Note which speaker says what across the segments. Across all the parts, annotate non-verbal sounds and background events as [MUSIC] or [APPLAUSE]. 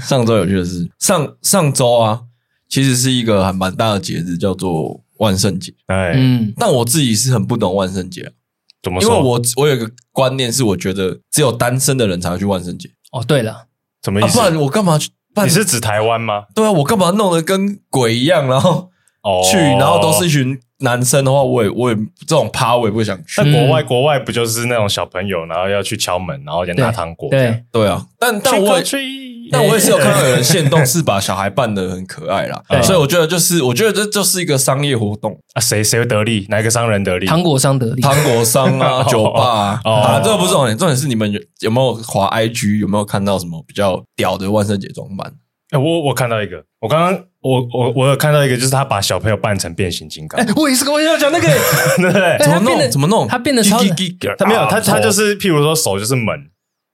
Speaker 1: 上周有趣的是，上上周啊，其实是一个还蛮大的节日，叫做万圣节。
Speaker 2: 哎，
Speaker 3: 嗯，
Speaker 1: 但我自己是很不懂万圣节啊、
Speaker 2: 怎么
Speaker 1: 因为
Speaker 2: 说？
Speaker 1: 我我有一个观念是，我觉得只有单身的人才会去万圣节
Speaker 3: 哦，对了，
Speaker 2: 什么
Speaker 1: 啊
Speaker 2: 意，思
Speaker 1: 不？然我干嘛去？不然
Speaker 2: 你是指台湾吗？
Speaker 1: 对啊，我干嘛弄得跟鬼一样，然后
Speaker 2: 哦，
Speaker 1: 去，然后都是一群男生的话，我也我也这种趴我也不想去
Speaker 2: 那。
Speaker 3: 嗯
Speaker 2: 国外，国外不就是那种小朋友，然后要去敲门，然后要拿糖果？
Speaker 3: 对，
Speaker 1: 对啊，但但我也
Speaker 2: 去，哎
Speaker 1: 但我也是有看到有人限动是把小孩扮的很可爱
Speaker 2: [LAUGHS]
Speaker 1: 啦，
Speaker 3: 对
Speaker 1: 所以我觉得就是我觉得这就是一个商业活动，
Speaker 2: 啊，谁谁得利？哪一个商人得利？
Speaker 3: 糖果
Speaker 1: [LAUGHS]
Speaker 3: 商得利，
Speaker 1: 糖果商
Speaker 2: [LAUGHS]
Speaker 1: 啊、酒吧啊，
Speaker 2: 哦
Speaker 1: 啊这个不是重点，重点是你们有有没有滑 IG，有没有看到什么比较屌的万圣节装扮？
Speaker 2: 哎，我我看到一个，我刚刚我我我有看到一个，就是他把小朋友扮成变形金刚 [LAUGHS]
Speaker 3: 哎，，我也是，我也要讲那个，
Speaker 2: 对不对？
Speaker 3: 对
Speaker 1: 怎么
Speaker 3: 哎他变得
Speaker 1: 弄？怎么弄？
Speaker 3: 他变得超
Speaker 1: 叽叽叽
Speaker 2: 他没有，他他就
Speaker 1: 哦
Speaker 2: 是，譬如说手就是门，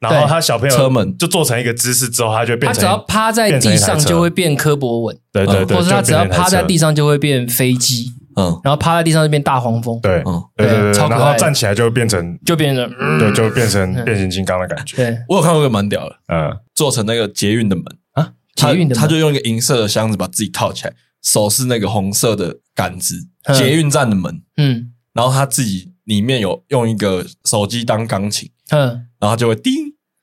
Speaker 2: 然后
Speaker 3: 对
Speaker 2: 他小朋友
Speaker 1: 车门
Speaker 2: 就做成一个姿势之后，他就变
Speaker 3: 他
Speaker 2: 成
Speaker 3: 只要趴在地上就会变柯博文，
Speaker 2: 对对对，
Speaker 3: 或者他
Speaker 2: 就变成
Speaker 3: 只要趴在地
Speaker 2: 一台车，
Speaker 3: 上就会变飞机，
Speaker 1: 嗯
Speaker 3: 然后趴在地上就变大黄蜂，
Speaker 2: 对
Speaker 1: 嗯，
Speaker 2: 对对对
Speaker 3: 对
Speaker 2: 对，
Speaker 3: 超可爱
Speaker 2: 然
Speaker 3: 的
Speaker 2: 后站起来就会变成，
Speaker 3: 就变成嗯
Speaker 2: 对，就变成变形金刚的感觉，
Speaker 3: 对
Speaker 1: 我有看过一个蛮屌的，
Speaker 2: 嗯，
Speaker 1: 做成那个捷运的门
Speaker 2: 啊，
Speaker 1: 他
Speaker 3: 捷运的门
Speaker 1: 他就用一个银色的箱子把自己套起来，手是那个红色的杆子，
Speaker 3: 嗯
Speaker 1: 捷运站的门，
Speaker 3: 嗯
Speaker 1: 然后他自己里面有用一个手机当钢琴，
Speaker 3: 嗯，
Speaker 1: 然后就会叮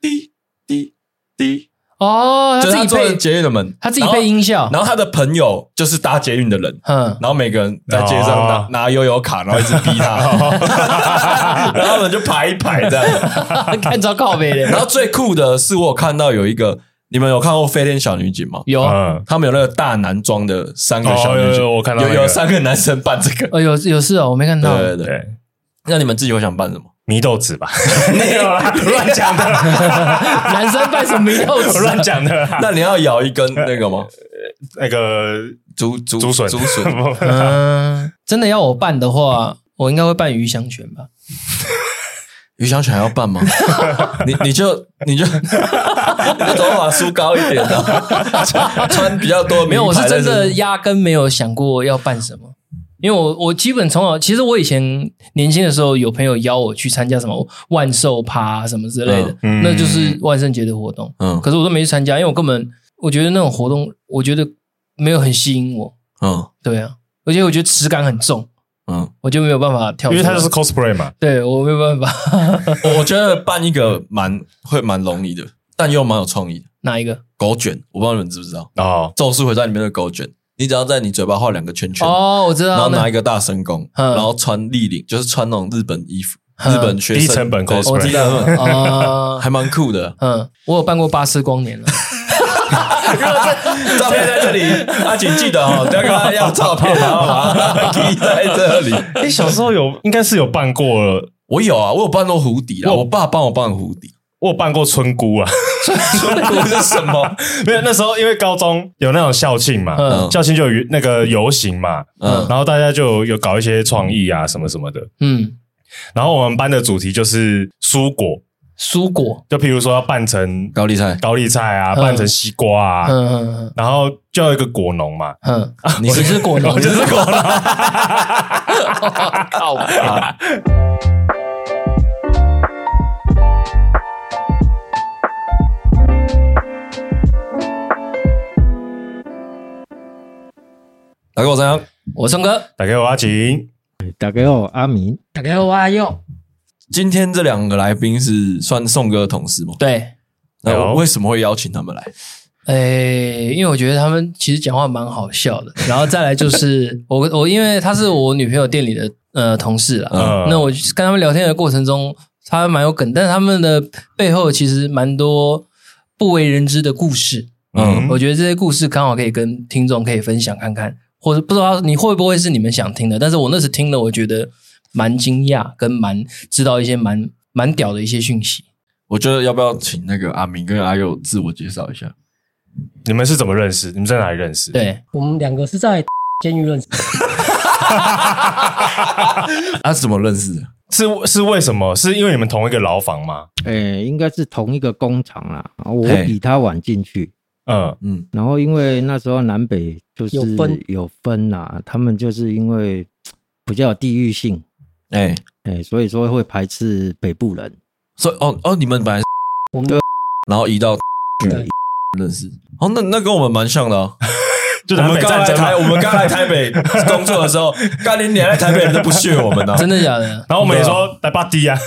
Speaker 1: 滴滴滴，
Speaker 3: 哦，
Speaker 1: 就是
Speaker 3: 他
Speaker 1: 他
Speaker 3: 自己
Speaker 1: 做成
Speaker 3: 配
Speaker 1: 捷运的门，
Speaker 3: 他自己配音效
Speaker 1: 然后，，然后他的朋友就是搭捷运的人。
Speaker 3: 嗯，
Speaker 1: 然后每个人在街上拿、
Speaker 2: 哦
Speaker 1: 拿悠游卡，然后一直逼
Speaker 2: [LAUGHS]
Speaker 1: 他， [LAUGHS] 然后他们就排一排这样。
Speaker 3: [LAUGHS] 看着靠背
Speaker 1: 然
Speaker 3: 的，
Speaker 1: 后最酷的是，我有看到有一个，你们有看过《飞天小女警》吗？
Speaker 3: 有，哦
Speaker 2: 嗯，
Speaker 1: 他们有那个大男装的三个小
Speaker 2: 哦
Speaker 1: 女
Speaker 2: 有有
Speaker 1: 警，
Speaker 2: 有我看到
Speaker 1: 有
Speaker 2: 那个
Speaker 1: 有三个男生扮这
Speaker 2: [LAUGHS]
Speaker 1: 个。
Speaker 3: 有有事哦，我没看到，
Speaker 1: 对对对，
Speaker 2: 对，
Speaker 1: 那你们自己会想扮什么？
Speaker 2: 祢豆子吧， [LAUGHS] 没有啊啦，乱讲的，
Speaker 3: [LAUGHS]
Speaker 2: [LAUGHS]
Speaker 3: 男生扮什么啊幼
Speaker 2: 我
Speaker 3: 稚，
Speaker 2: [LAUGHS] 乱讲的啦，
Speaker 1: 那你要咬一根那个吗？
Speaker 2: 那个
Speaker 1: 竹竹
Speaker 2: 呃竹笋，
Speaker 1: 竹笋，
Speaker 2: [LAUGHS]
Speaker 3: 嗯，真的要我扮的话，我应该会扮余香泉吧？
Speaker 1: 于小犬还要
Speaker 3: [LAUGHS]
Speaker 1: 扮吗？你你就你就你的头发梳高一点的，穿穿比较多名牌身上。
Speaker 3: 没有，我是真的压根没有想过要办什么，因为我我基本从小，其实我以前年轻的时候有朋友邀我去参加什么万寿趴、什么之类的，
Speaker 2: 嗯
Speaker 3: 那就是万圣节的活动，
Speaker 1: 嗯
Speaker 3: 可是我都没去参加，因为我根本我觉得那种活动，我觉得没有很吸引我，
Speaker 1: 嗯
Speaker 3: 对啊，而且我觉得耻感很重，
Speaker 1: 嗯，
Speaker 3: 我就没有办法跳
Speaker 2: 因
Speaker 3: 出来，
Speaker 2: 为他就是 cosplay 嘛，
Speaker 3: 对我没有办法 [LAUGHS]
Speaker 1: 我我觉得扮一个蛮会蛮容易的，但又蛮有创意的。
Speaker 3: 哪一个
Speaker 1: 狗卷，我不知道你们知不知道，
Speaker 2: 哦，
Speaker 1: 《咒术回战》里面的狗卷，你只要在你嘴巴画两个圈圈，
Speaker 3: 哦，我知
Speaker 1: 然后
Speaker 3: 道，
Speaker 1: 拿
Speaker 3: 那
Speaker 1: 一个大神功，
Speaker 3: 嗯
Speaker 1: 然后穿立领，就是穿那种日本衣服，
Speaker 3: 嗯
Speaker 1: 日本学生
Speaker 2: 低成本
Speaker 1: 对
Speaker 2: cosplay
Speaker 1: 我知 [LAUGHS] 道
Speaker 3: [LAUGHS]
Speaker 1: 嗯
Speaker 3: 哦，。
Speaker 1: 还蛮酷的
Speaker 3: 嗯，我有办过巴斯光年了。
Speaker 1: [LAUGHS] 照片在这里，啊，请记得哦，不要跟他要照片，然后把 [LAUGHS] 它贴在这里。
Speaker 2: 哎，小时候 [LAUGHS] 有应该是有办过了，
Speaker 1: 我有啊，我有扮过蝴蝶啊，我爸帮我扮蝴蝶。
Speaker 2: 我有办过村姑 [LAUGHS] 啊，
Speaker 1: 春姑是 [LAUGHS] 什么？
Speaker 2: 没有，那时候因为高中有那种校庆嘛，
Speaker 3: 嗯
Speaker 2: 校庆就有那个游行嘛，
Speaker 1: 嗯
Speaker 2: 然后大家就有有搞一些创意啊什么什么的。
Speaker 3: 嗯，
Speaker 2: 然后我们班的主题就是蔬果，
Speaker 3: 蔬果，
Speaker 2: 就譬如说要拌成
Speaker 1: 高丽菜，
Speaker 2: 高丽菜啊，
Speaker 3: 嗯
Speaker 2: 拌成西瓜啊，
Speaker 3: 嗯嗯
Speaker 2: 然后就有一个果农嘛，
Speaker 3: 嗯嗯，
Speaker 1: 你是
Speaker 3: 我就是果
Speaker 1: [LAUGHS]
Speaker 3: 农，
Speaker 2: 我就是果农，
Speaker 3: 靠北！
Speaker 1: 啊打给我三样。
Speaker 3: 我宋哥，
Speaker 2: 打给我阿琴，
Speaker 4: 打给我阿明，
Speaker 3: 大家好，我阿佑，
Speaker 1: 今天这两个来宾是算宋哥的同事吗？
Speaker 3: 对，
Speaker 1: 那
Speaker 2: 有
Speaker 1: 我为什么会邀请他们来？
Speaker 3: 诶，因为我觉得他们其实讲话蛮好笑的，然后再来就是我我因为她是我女朋友店里的呃同事啦，
Speaker 2: 嗯，
Speaker 3: 那我跟他们聊天的过程中，他蛮有梗，但是他们的背后其实蛮多不为人知的故事，
Speaker 1: 嗯
Speaker 3: 我觉得这些故事刚好可以跟听众可以分享看看，或者不知道你会不会是你们想听的，但是我那次听了，我觉得蛮惊讶，跟蛮知道一些蛮蛮屌的一些讯息。
Speaker 1: 我觉得要不要请那个阿明跟阿佑自我介绍一下？
Speaker 2: 你们是怎么认识？你们在哪里认识？，
Speaker 3: 对，
Speaker 5: 我们两个是在监狱认识的，
Speaker 1: 他是怎么认识的？
Speaker 2: [LAUGHS] 是是为什么？是因为你们同一个牢房吗？
Speaker 4: 哎诶、应该是同一个工厂啦。我
Speaker 1: 嘿
Speaker 4: 比他晚进去，
Speaker 2: 嗯
Speaker 1: 嗯，
Speaker 4: 然后因为那时候南北就是
Speaker 5: 有分
Speaker 4: 有分啦、他们就是因为比较有地域性，
Speaker 1: 哎，
Speaker 4: 哎、所以说会排斥北部人。
Speaker 1: 所以哦哦，你们本来是
Speaker 5: 我们
Speaker 4: 对
Speaker 1: 然后移到
Speaker 5: 对
Speaker 1: 认识，哦，那那跟我们蛮像的 [LAUGHS] 啊。
Speaker 2: 就
Speaker 1: 我
Speaker 2: 南
Speaker 1: 们
Speaker 2: 北
Speaker 1: 刚
Speaker 2: 战
Speaker 1: 来
Speaker 2: 争嘛
Speaker 1: [LAUGHS] 台，我们刚来台北工作的时候，干你娘来台北人都不屑我 [LAUGHS] 们呢、啊
Speaker 3: 真的假
Speaker 2: [LAUGHS]
Speaker 3: 的？
Speaker 2: 啊然后我们也说来吧弟啊，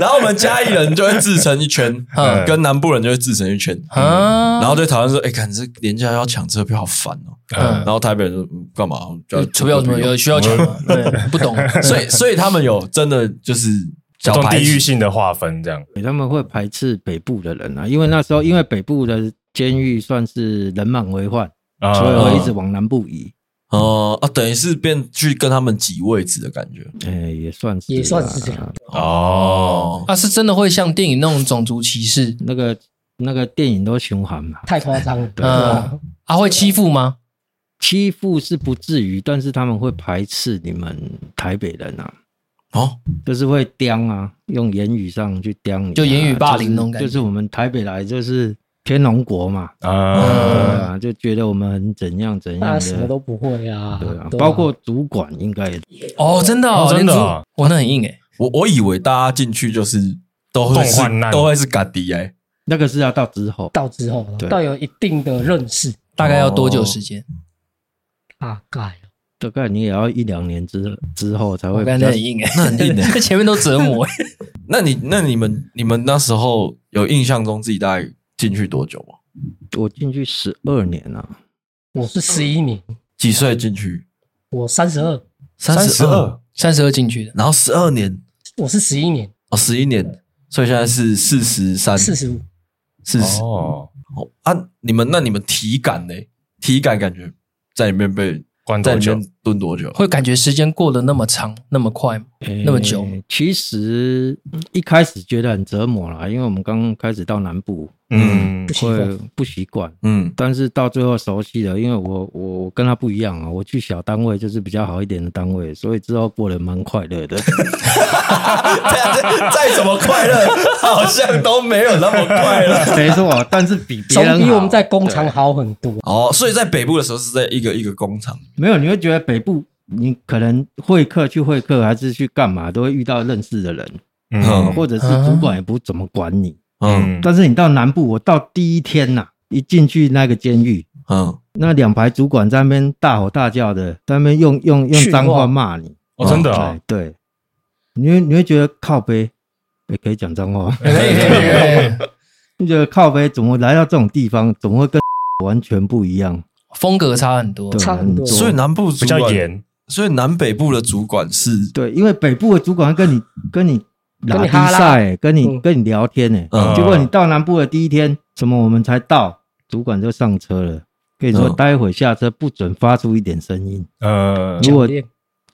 Speaker 1: 然后我们嘉义人就会自成一圈，
Speaker 2: 嗯
Speaker 1: 跟南部人就会自成一圈，
Speaker 3: 啊，
Speaker 1: 然后对台湾说：“哎、看这廉价要抢车票，好烦哦。
Speaker 3: 嗯
Speaker 1: 然后台北人说嗯：“干嘛？
Speaker 3: 有车票什么有需要钱吗？对，不懂，
Speaker 2: [LAUGHS]
Speaker 1: 所以，所以他们有真的就是
Speaker 2: 这
Speaker 1: 小
Speaker 2: 种
Speaker 1: 排
Speaker 2: 地域
Speaker 1: 挤
Speaker 2: 性的划分这样。
Speaker 4: 哎他们会排斥北部的人啊，因为那时候因为北部的监狱算是人满为患，
Speaker 2: 啊
Speaker 4: 所以会一直往南部移。
Speaker 1: 哦、啊，等于是变去跟他们挤位置的感觉
Speaker 4: 哎、也算是
Speaker 5: [LAUGHS] 也算
Speaker 4: 啦
Speaker 5: 是这样。
Speaker 2: 哦，
Speaker 3: 啊，是真的会像电影那种种族歧视
Speaker 4: 那个那个电影都啊循环嘛，
Speaker 5: 太夸张了，对
Speaker 3: 嗯
Speaker 5: 吧？
Speaker 3: 啊？会欺负吗？
Speaker 4: 欺负是不至于，但是他们会排斥你们台北人啊，
Speaker 1: 哦，
Speaker 4: 就是会刁啊，用言语上去刁你啊、
Speaker 3: 就言语霸凌那种感觉
Speaker 4: 就是。就是我们台北来就是天龙国嘛，
Speaker 2: 啊，
Speaker 4: 对啊，就觉得我们很怎样怎
Speaker 5: 大家
Speaker 4: 样
Speaker 5: 什么
Speaker 4: 的。
Speaker 5: 都不会啊，
Speaker 4: 对啊
Speaker 5: 对，吧
Speaker 4: 包括主管应该也
Speaker 3: 哦，真的哦，
Speaker 2: 哦真的
Speaker 3: 连
Speaker 2: 哦
Speaker 3: 猪，哇，那很硬哎，
Speaker 1: 我我以为大家进去就是都会
Speaker 2: 共患
Speaker 1: 是
Speaker 2: 难
Speaker 1: 都会是嘎迪哎，
Speaker 4: 那个是要到之后，
Speaker 5: 到之后
Speaker 4: 对
Speaker 5: 到有一定的认识，
Speaker 3: 大概要多久时间？
Speaker 1: 哦
Speaker 5: 大概
Speaker 4: 大概你也要一两年之之后才
Speaker 3: 我
Speaker 4: 会
Speaker 3: 感
Speaker 4: 比
Speaker 3: 觉
Speaker 4: 较
Speaker 3: 很硬哎，
Speaker 1: 那很硬欸
Speaker 3: 这 [LAUGHS] 前面都
Speaker 1: [LAUGHS]
Speaker 3: 折磨欸。
Speaker 1: 那你那你们你们那时候有印象中自己大概进去多久吗？
Speaker 4: 我进去十二年了、啊，
Speaker 5: 我是十一年，
Speaker 1: 几岁进去？
Speaker 5: 我三十二，
Speaker 1: 十二，
Speaker 3: 三十二进去的，
Speaker 1: 然后十二年
Speaker 5: 我是十一年，
Speaker 1: 哦，十一年，所以现在是四十三，
Speaker 5: 四十五，
Speaker 1: 四十
Speaker 2: 哦，
Speaker 1: 哦啊！你们那你们体感呢？体感感觉在里面被
Speaker 2: 关
Speaker 1: 在
Speaker 2: 多
Speaker 1: 里
Speaker 2: 久？
Speaker 1: 面蹲多久？
Speaker 3: 会感觉时间过得那么长，那么快吗？哎那么久
Speaker 4: 诶其实嗯一开始觉得很折磨啦，因为我们刚开始到南部
Speaker 2: 嗯
Speaker 5: 不习惯
Speaker 4: 会不习惯，
Speaker 1: 嗯
Speaker 4: 但是到最后熟悉了，因为我我我跟他不一样啊，我去小单位就是比较好一点的单位，所以之后过得蛮快乐的。
Speaker 1: 再 [LAUGHS] 再怎么快乐，好像都没有那么快乐。
Speaker 4: [LAUGHS] 没错，但是比别
Speaker 5: 总
Speaker 4: 人
Speaker 5: 比
Speaker 4: 好
Speaker 5: 我们在工厂好很多。
Speaker 1: [LAUGHS] 哦，所以在北部的时候是在一个一个工厂，
Speaker 4: 没有，你会觉得北部你可能会客去会客还是去干嘛，都会遇到认识的人，哦
Speaker 1: 嗯
Speaker 4: 或者是主管也不怎么管你。
Speaker 1: 嗯
Speaker 4: 但是你到南部，我到第一天呐、一进去那个监狱，
Speaker 1: 嗯，
Speaker 4: 那两排主管在那边大吼大叫的，在那边用用用
Speaker 5: 训话
Speaker 4: 脏话骂你。
Speaker 2: 哦，真
Speaker 1: 啊
Speaker 2: 的
Speaker 4: 哎
Speaker 2: 哦，
Speaker 4: 对，你会你会觉得靠背，也可以讲
Speaker 1: [LAUGHS]
Speaker 4: 脏话吗，
Speaker 3: 可以可以可以可以，
Speaker 4: 你觉得靠背怎么来到这种地方，怎么会跟 [LAUGHS] 完全不一样？
Speaker 3: 风格差很多
Speaker 4: 对，
Speaker 2: 啊
Speaker 5: 差很多
Speaker 4: 很
Speaker 1: 所以南部主
Speaker 2: 比较
Speaker 1: 管，
Speaker 2: 严，
Speaker 1: 所以南北部的主管是
Speaker 4: 对，因为北部的主管跟你跟你拉
Speaker 5: 跟你
Speaker 4: 低
Speaker 5: 哈拉
Speaker 4: 赛，跟你
Speaker 5: 嗯
Speaker 4: 跟你聊天呢、
Speaker 1: 嗯
Speaker 4: 结果你到南部的第一天，怎么我们才到，主管就上车了，跟你说
Speaker 1: 嗯
Speaker 4: 待会下车不准发出一点声音，
Speaker 2: 呃，
Speaker 4: 如果
Speaker 5: 教练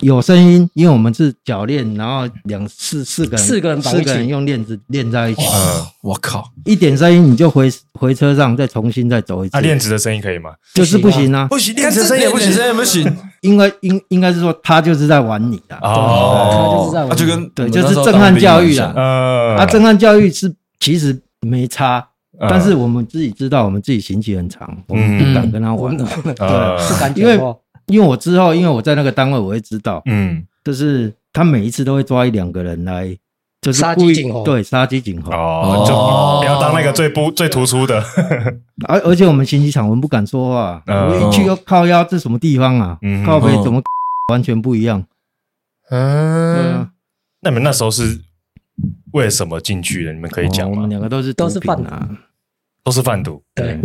Speaker 4: 有声音，因为我们是脚链，然后两四四个人
Speaker 5: 四个人绑一起
Speaker 4: 四个人用链子链在一起，
Speaker 2: 嗯，
Speaker 1: 我靠，
Speaker 4: 一点声音你就回回车上再重新再走一次，
Speaker 2: 啊，链子的声音可以吗？哦
Speaker 4: 就是不行啊，
Speaker 1: 不行，练成生也不行，生也不行。
Speaker 4: 因为应应该是说他就是在玩你啊，
Speaker 2: 哦，
Speaker 1: 那啊就跟
Speaker 4: 对，就是震撼教育啊，
Speaker 2: 呃，
Speaker 4: 啊，震撼教育是其实没差，
Speaker 2: 嗯
Speaker 4: 但是我们自己知道，我们自己刑期很长，我们不敢跟他玩，
Speaker 5: 嗯
Speaker 2: 呃
Speaker 5: 不敢
Speaker 4: 因为
Speaker 5: 讲话，
Speaker 4: 因为我之后，因为我在那个单位，我会知道，
Speaker 2: 嗯，
Speaker 4: 就是他每一次都会抓一两个人来，就是
Speaker 5: 杀鸡
Speaker 4: 故意
Speaker 5: 儆猴
Speaker 4: 对，杀鸡儆猴。
Speaker 2: 哦，就不要当那个最不最突出的， [LAUGHS]
Speaker 4: 而、而且我们刑期长，我们不敢说话，啊
Speaker 2: 嗯
Speaker 4: 我一去又靠腰，这什么地方啊？
Speaker 2: 嗯
Speaker 4: 靠北
Speaker 1: 嗯
Speaker 4: 怎么 [LAUGHS] 完全不一样？对
Speaker 3: 嗯
Speaker 4: 啊，
Speaker 2: 那你们那时候是为什么进去的？你们可以讲
Speaker 4: 哦我
Speaker 2: 吗
Speaker 4: 们？两个都是
Speaker 5: 嗯都是
Speaker 4: 毒品
Speaker 5: 贩
Speaker 4: 啊，
Speaker 2: 都是贩毒，
Speaker 5: 对，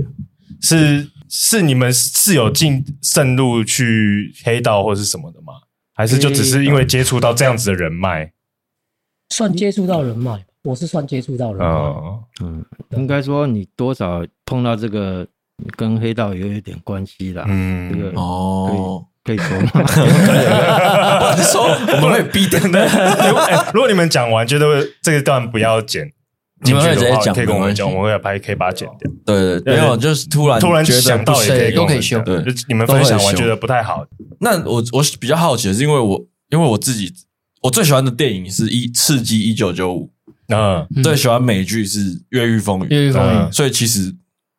Speaker 2: 是是你们是有进渗入去黑道或是什么的吗？还是就只是因为接触到这样子的人脉？
Speaker 5: 算接触到人脉吧，我是算接触到人脉，
Speaker 2: 嗯
Speaker 4: 嗯，应该说你多少碰到这个跟黑道有一点关系啦。这个
Speaker 2: 嗯，
Speaker 1: 哦，
Speaker 4: 可以说吗？
Speaker 5: [LAUGHS]
Speaker 1: 不是说 [LAUGHS] 我们会逼掉的，
Speaker 2: 如果 [LAUGHS] 哎如果你们讲完觉得这一段不要剪
Speaker 1: 你
Speaker 2: 进去
Speaker 1: 们可以直
Speaker 2: 的
Speaker 1: 接
Speaker 2: 话，
Speaker 1: 讲
Speaker 2: 可以跟我
Speaker 1: 没
Speaker 2: 们
Speaker 1: 关系
Speaker 2: 讲，我们会拍可以把它剪掉。
Speaker 1: [LAUGHS] 对对，没有，就是突然
Speaker 2: 突然
Speaker 1: 觉得
Speaker 2: 想
Speaker 1: 不
Speaker 2: 到也可以
Speaker 1: 行
Speaker 2: 跟我们
Speaker 3: 都可以修
Speaker 2: 讲
Speaker 1: 对
Speaker 2: 就是你们分
Speaker 1: 都
Speaker 2: 享
Speaker 1: 可以
Speaker 2: 完
Speaker 1: 修
Speaker 2: 觉得不太好，
Speaker 1: 那我我比较好奇的是，因为我因为我自己我最喜欢的电影是一《刺激一九九五》，
Speaker 2: 嗯，
Speaker 3: 嗯
Speaker 1: 最喜欢美剧是《越狱风云》，
Speaker 3: 越狱风云
Speaker 2: 嗯
Speaker 1: 所以其实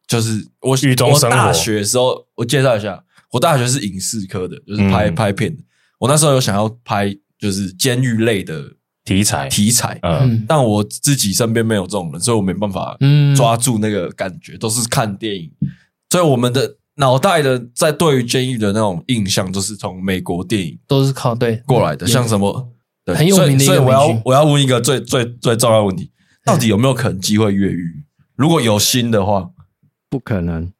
Speaker 1: 就是我
Speaker 2: 狱中
Speaker 1: 我
Speaker 2: 生活
Speaker 1: 大学的时候，我介绍一下，我大学是影视科的，就是拍、
Speaker 2: 嗯
Speaker 1: 拍片的。我那时候有想要拍就是监狱类的
Speaker 2: 题材，
Speaker 1: 题材，
Speaker 2: 嗯
Speaker 3: 嗯
Speaker 1: 但我自己身边没有这种人，所以我没办法
Speaker 3: 嗯
Speaker 1: 抓住那个感觉，都是看电影。所以我们的脑袋的在对于监狱的那种印象，就是从美国电影
Speaker 3: 都是靠对
Speaker 1: 过来的，
Speaker 3: 嗯
Speaker 1: 像什么对
Speaker 3: 很有名的一
Speaker 1: 所
Speaker 3: 个
Speaker 1: 以，所以我
Speaker 3: 美剧
Speaker 1: 要我要问一个最最最重要的问题：
Speaker 5: 嗯
Speaker 1: 到底有没有可能机会越狱？如果有心的话，
Speaker 4: 不可能。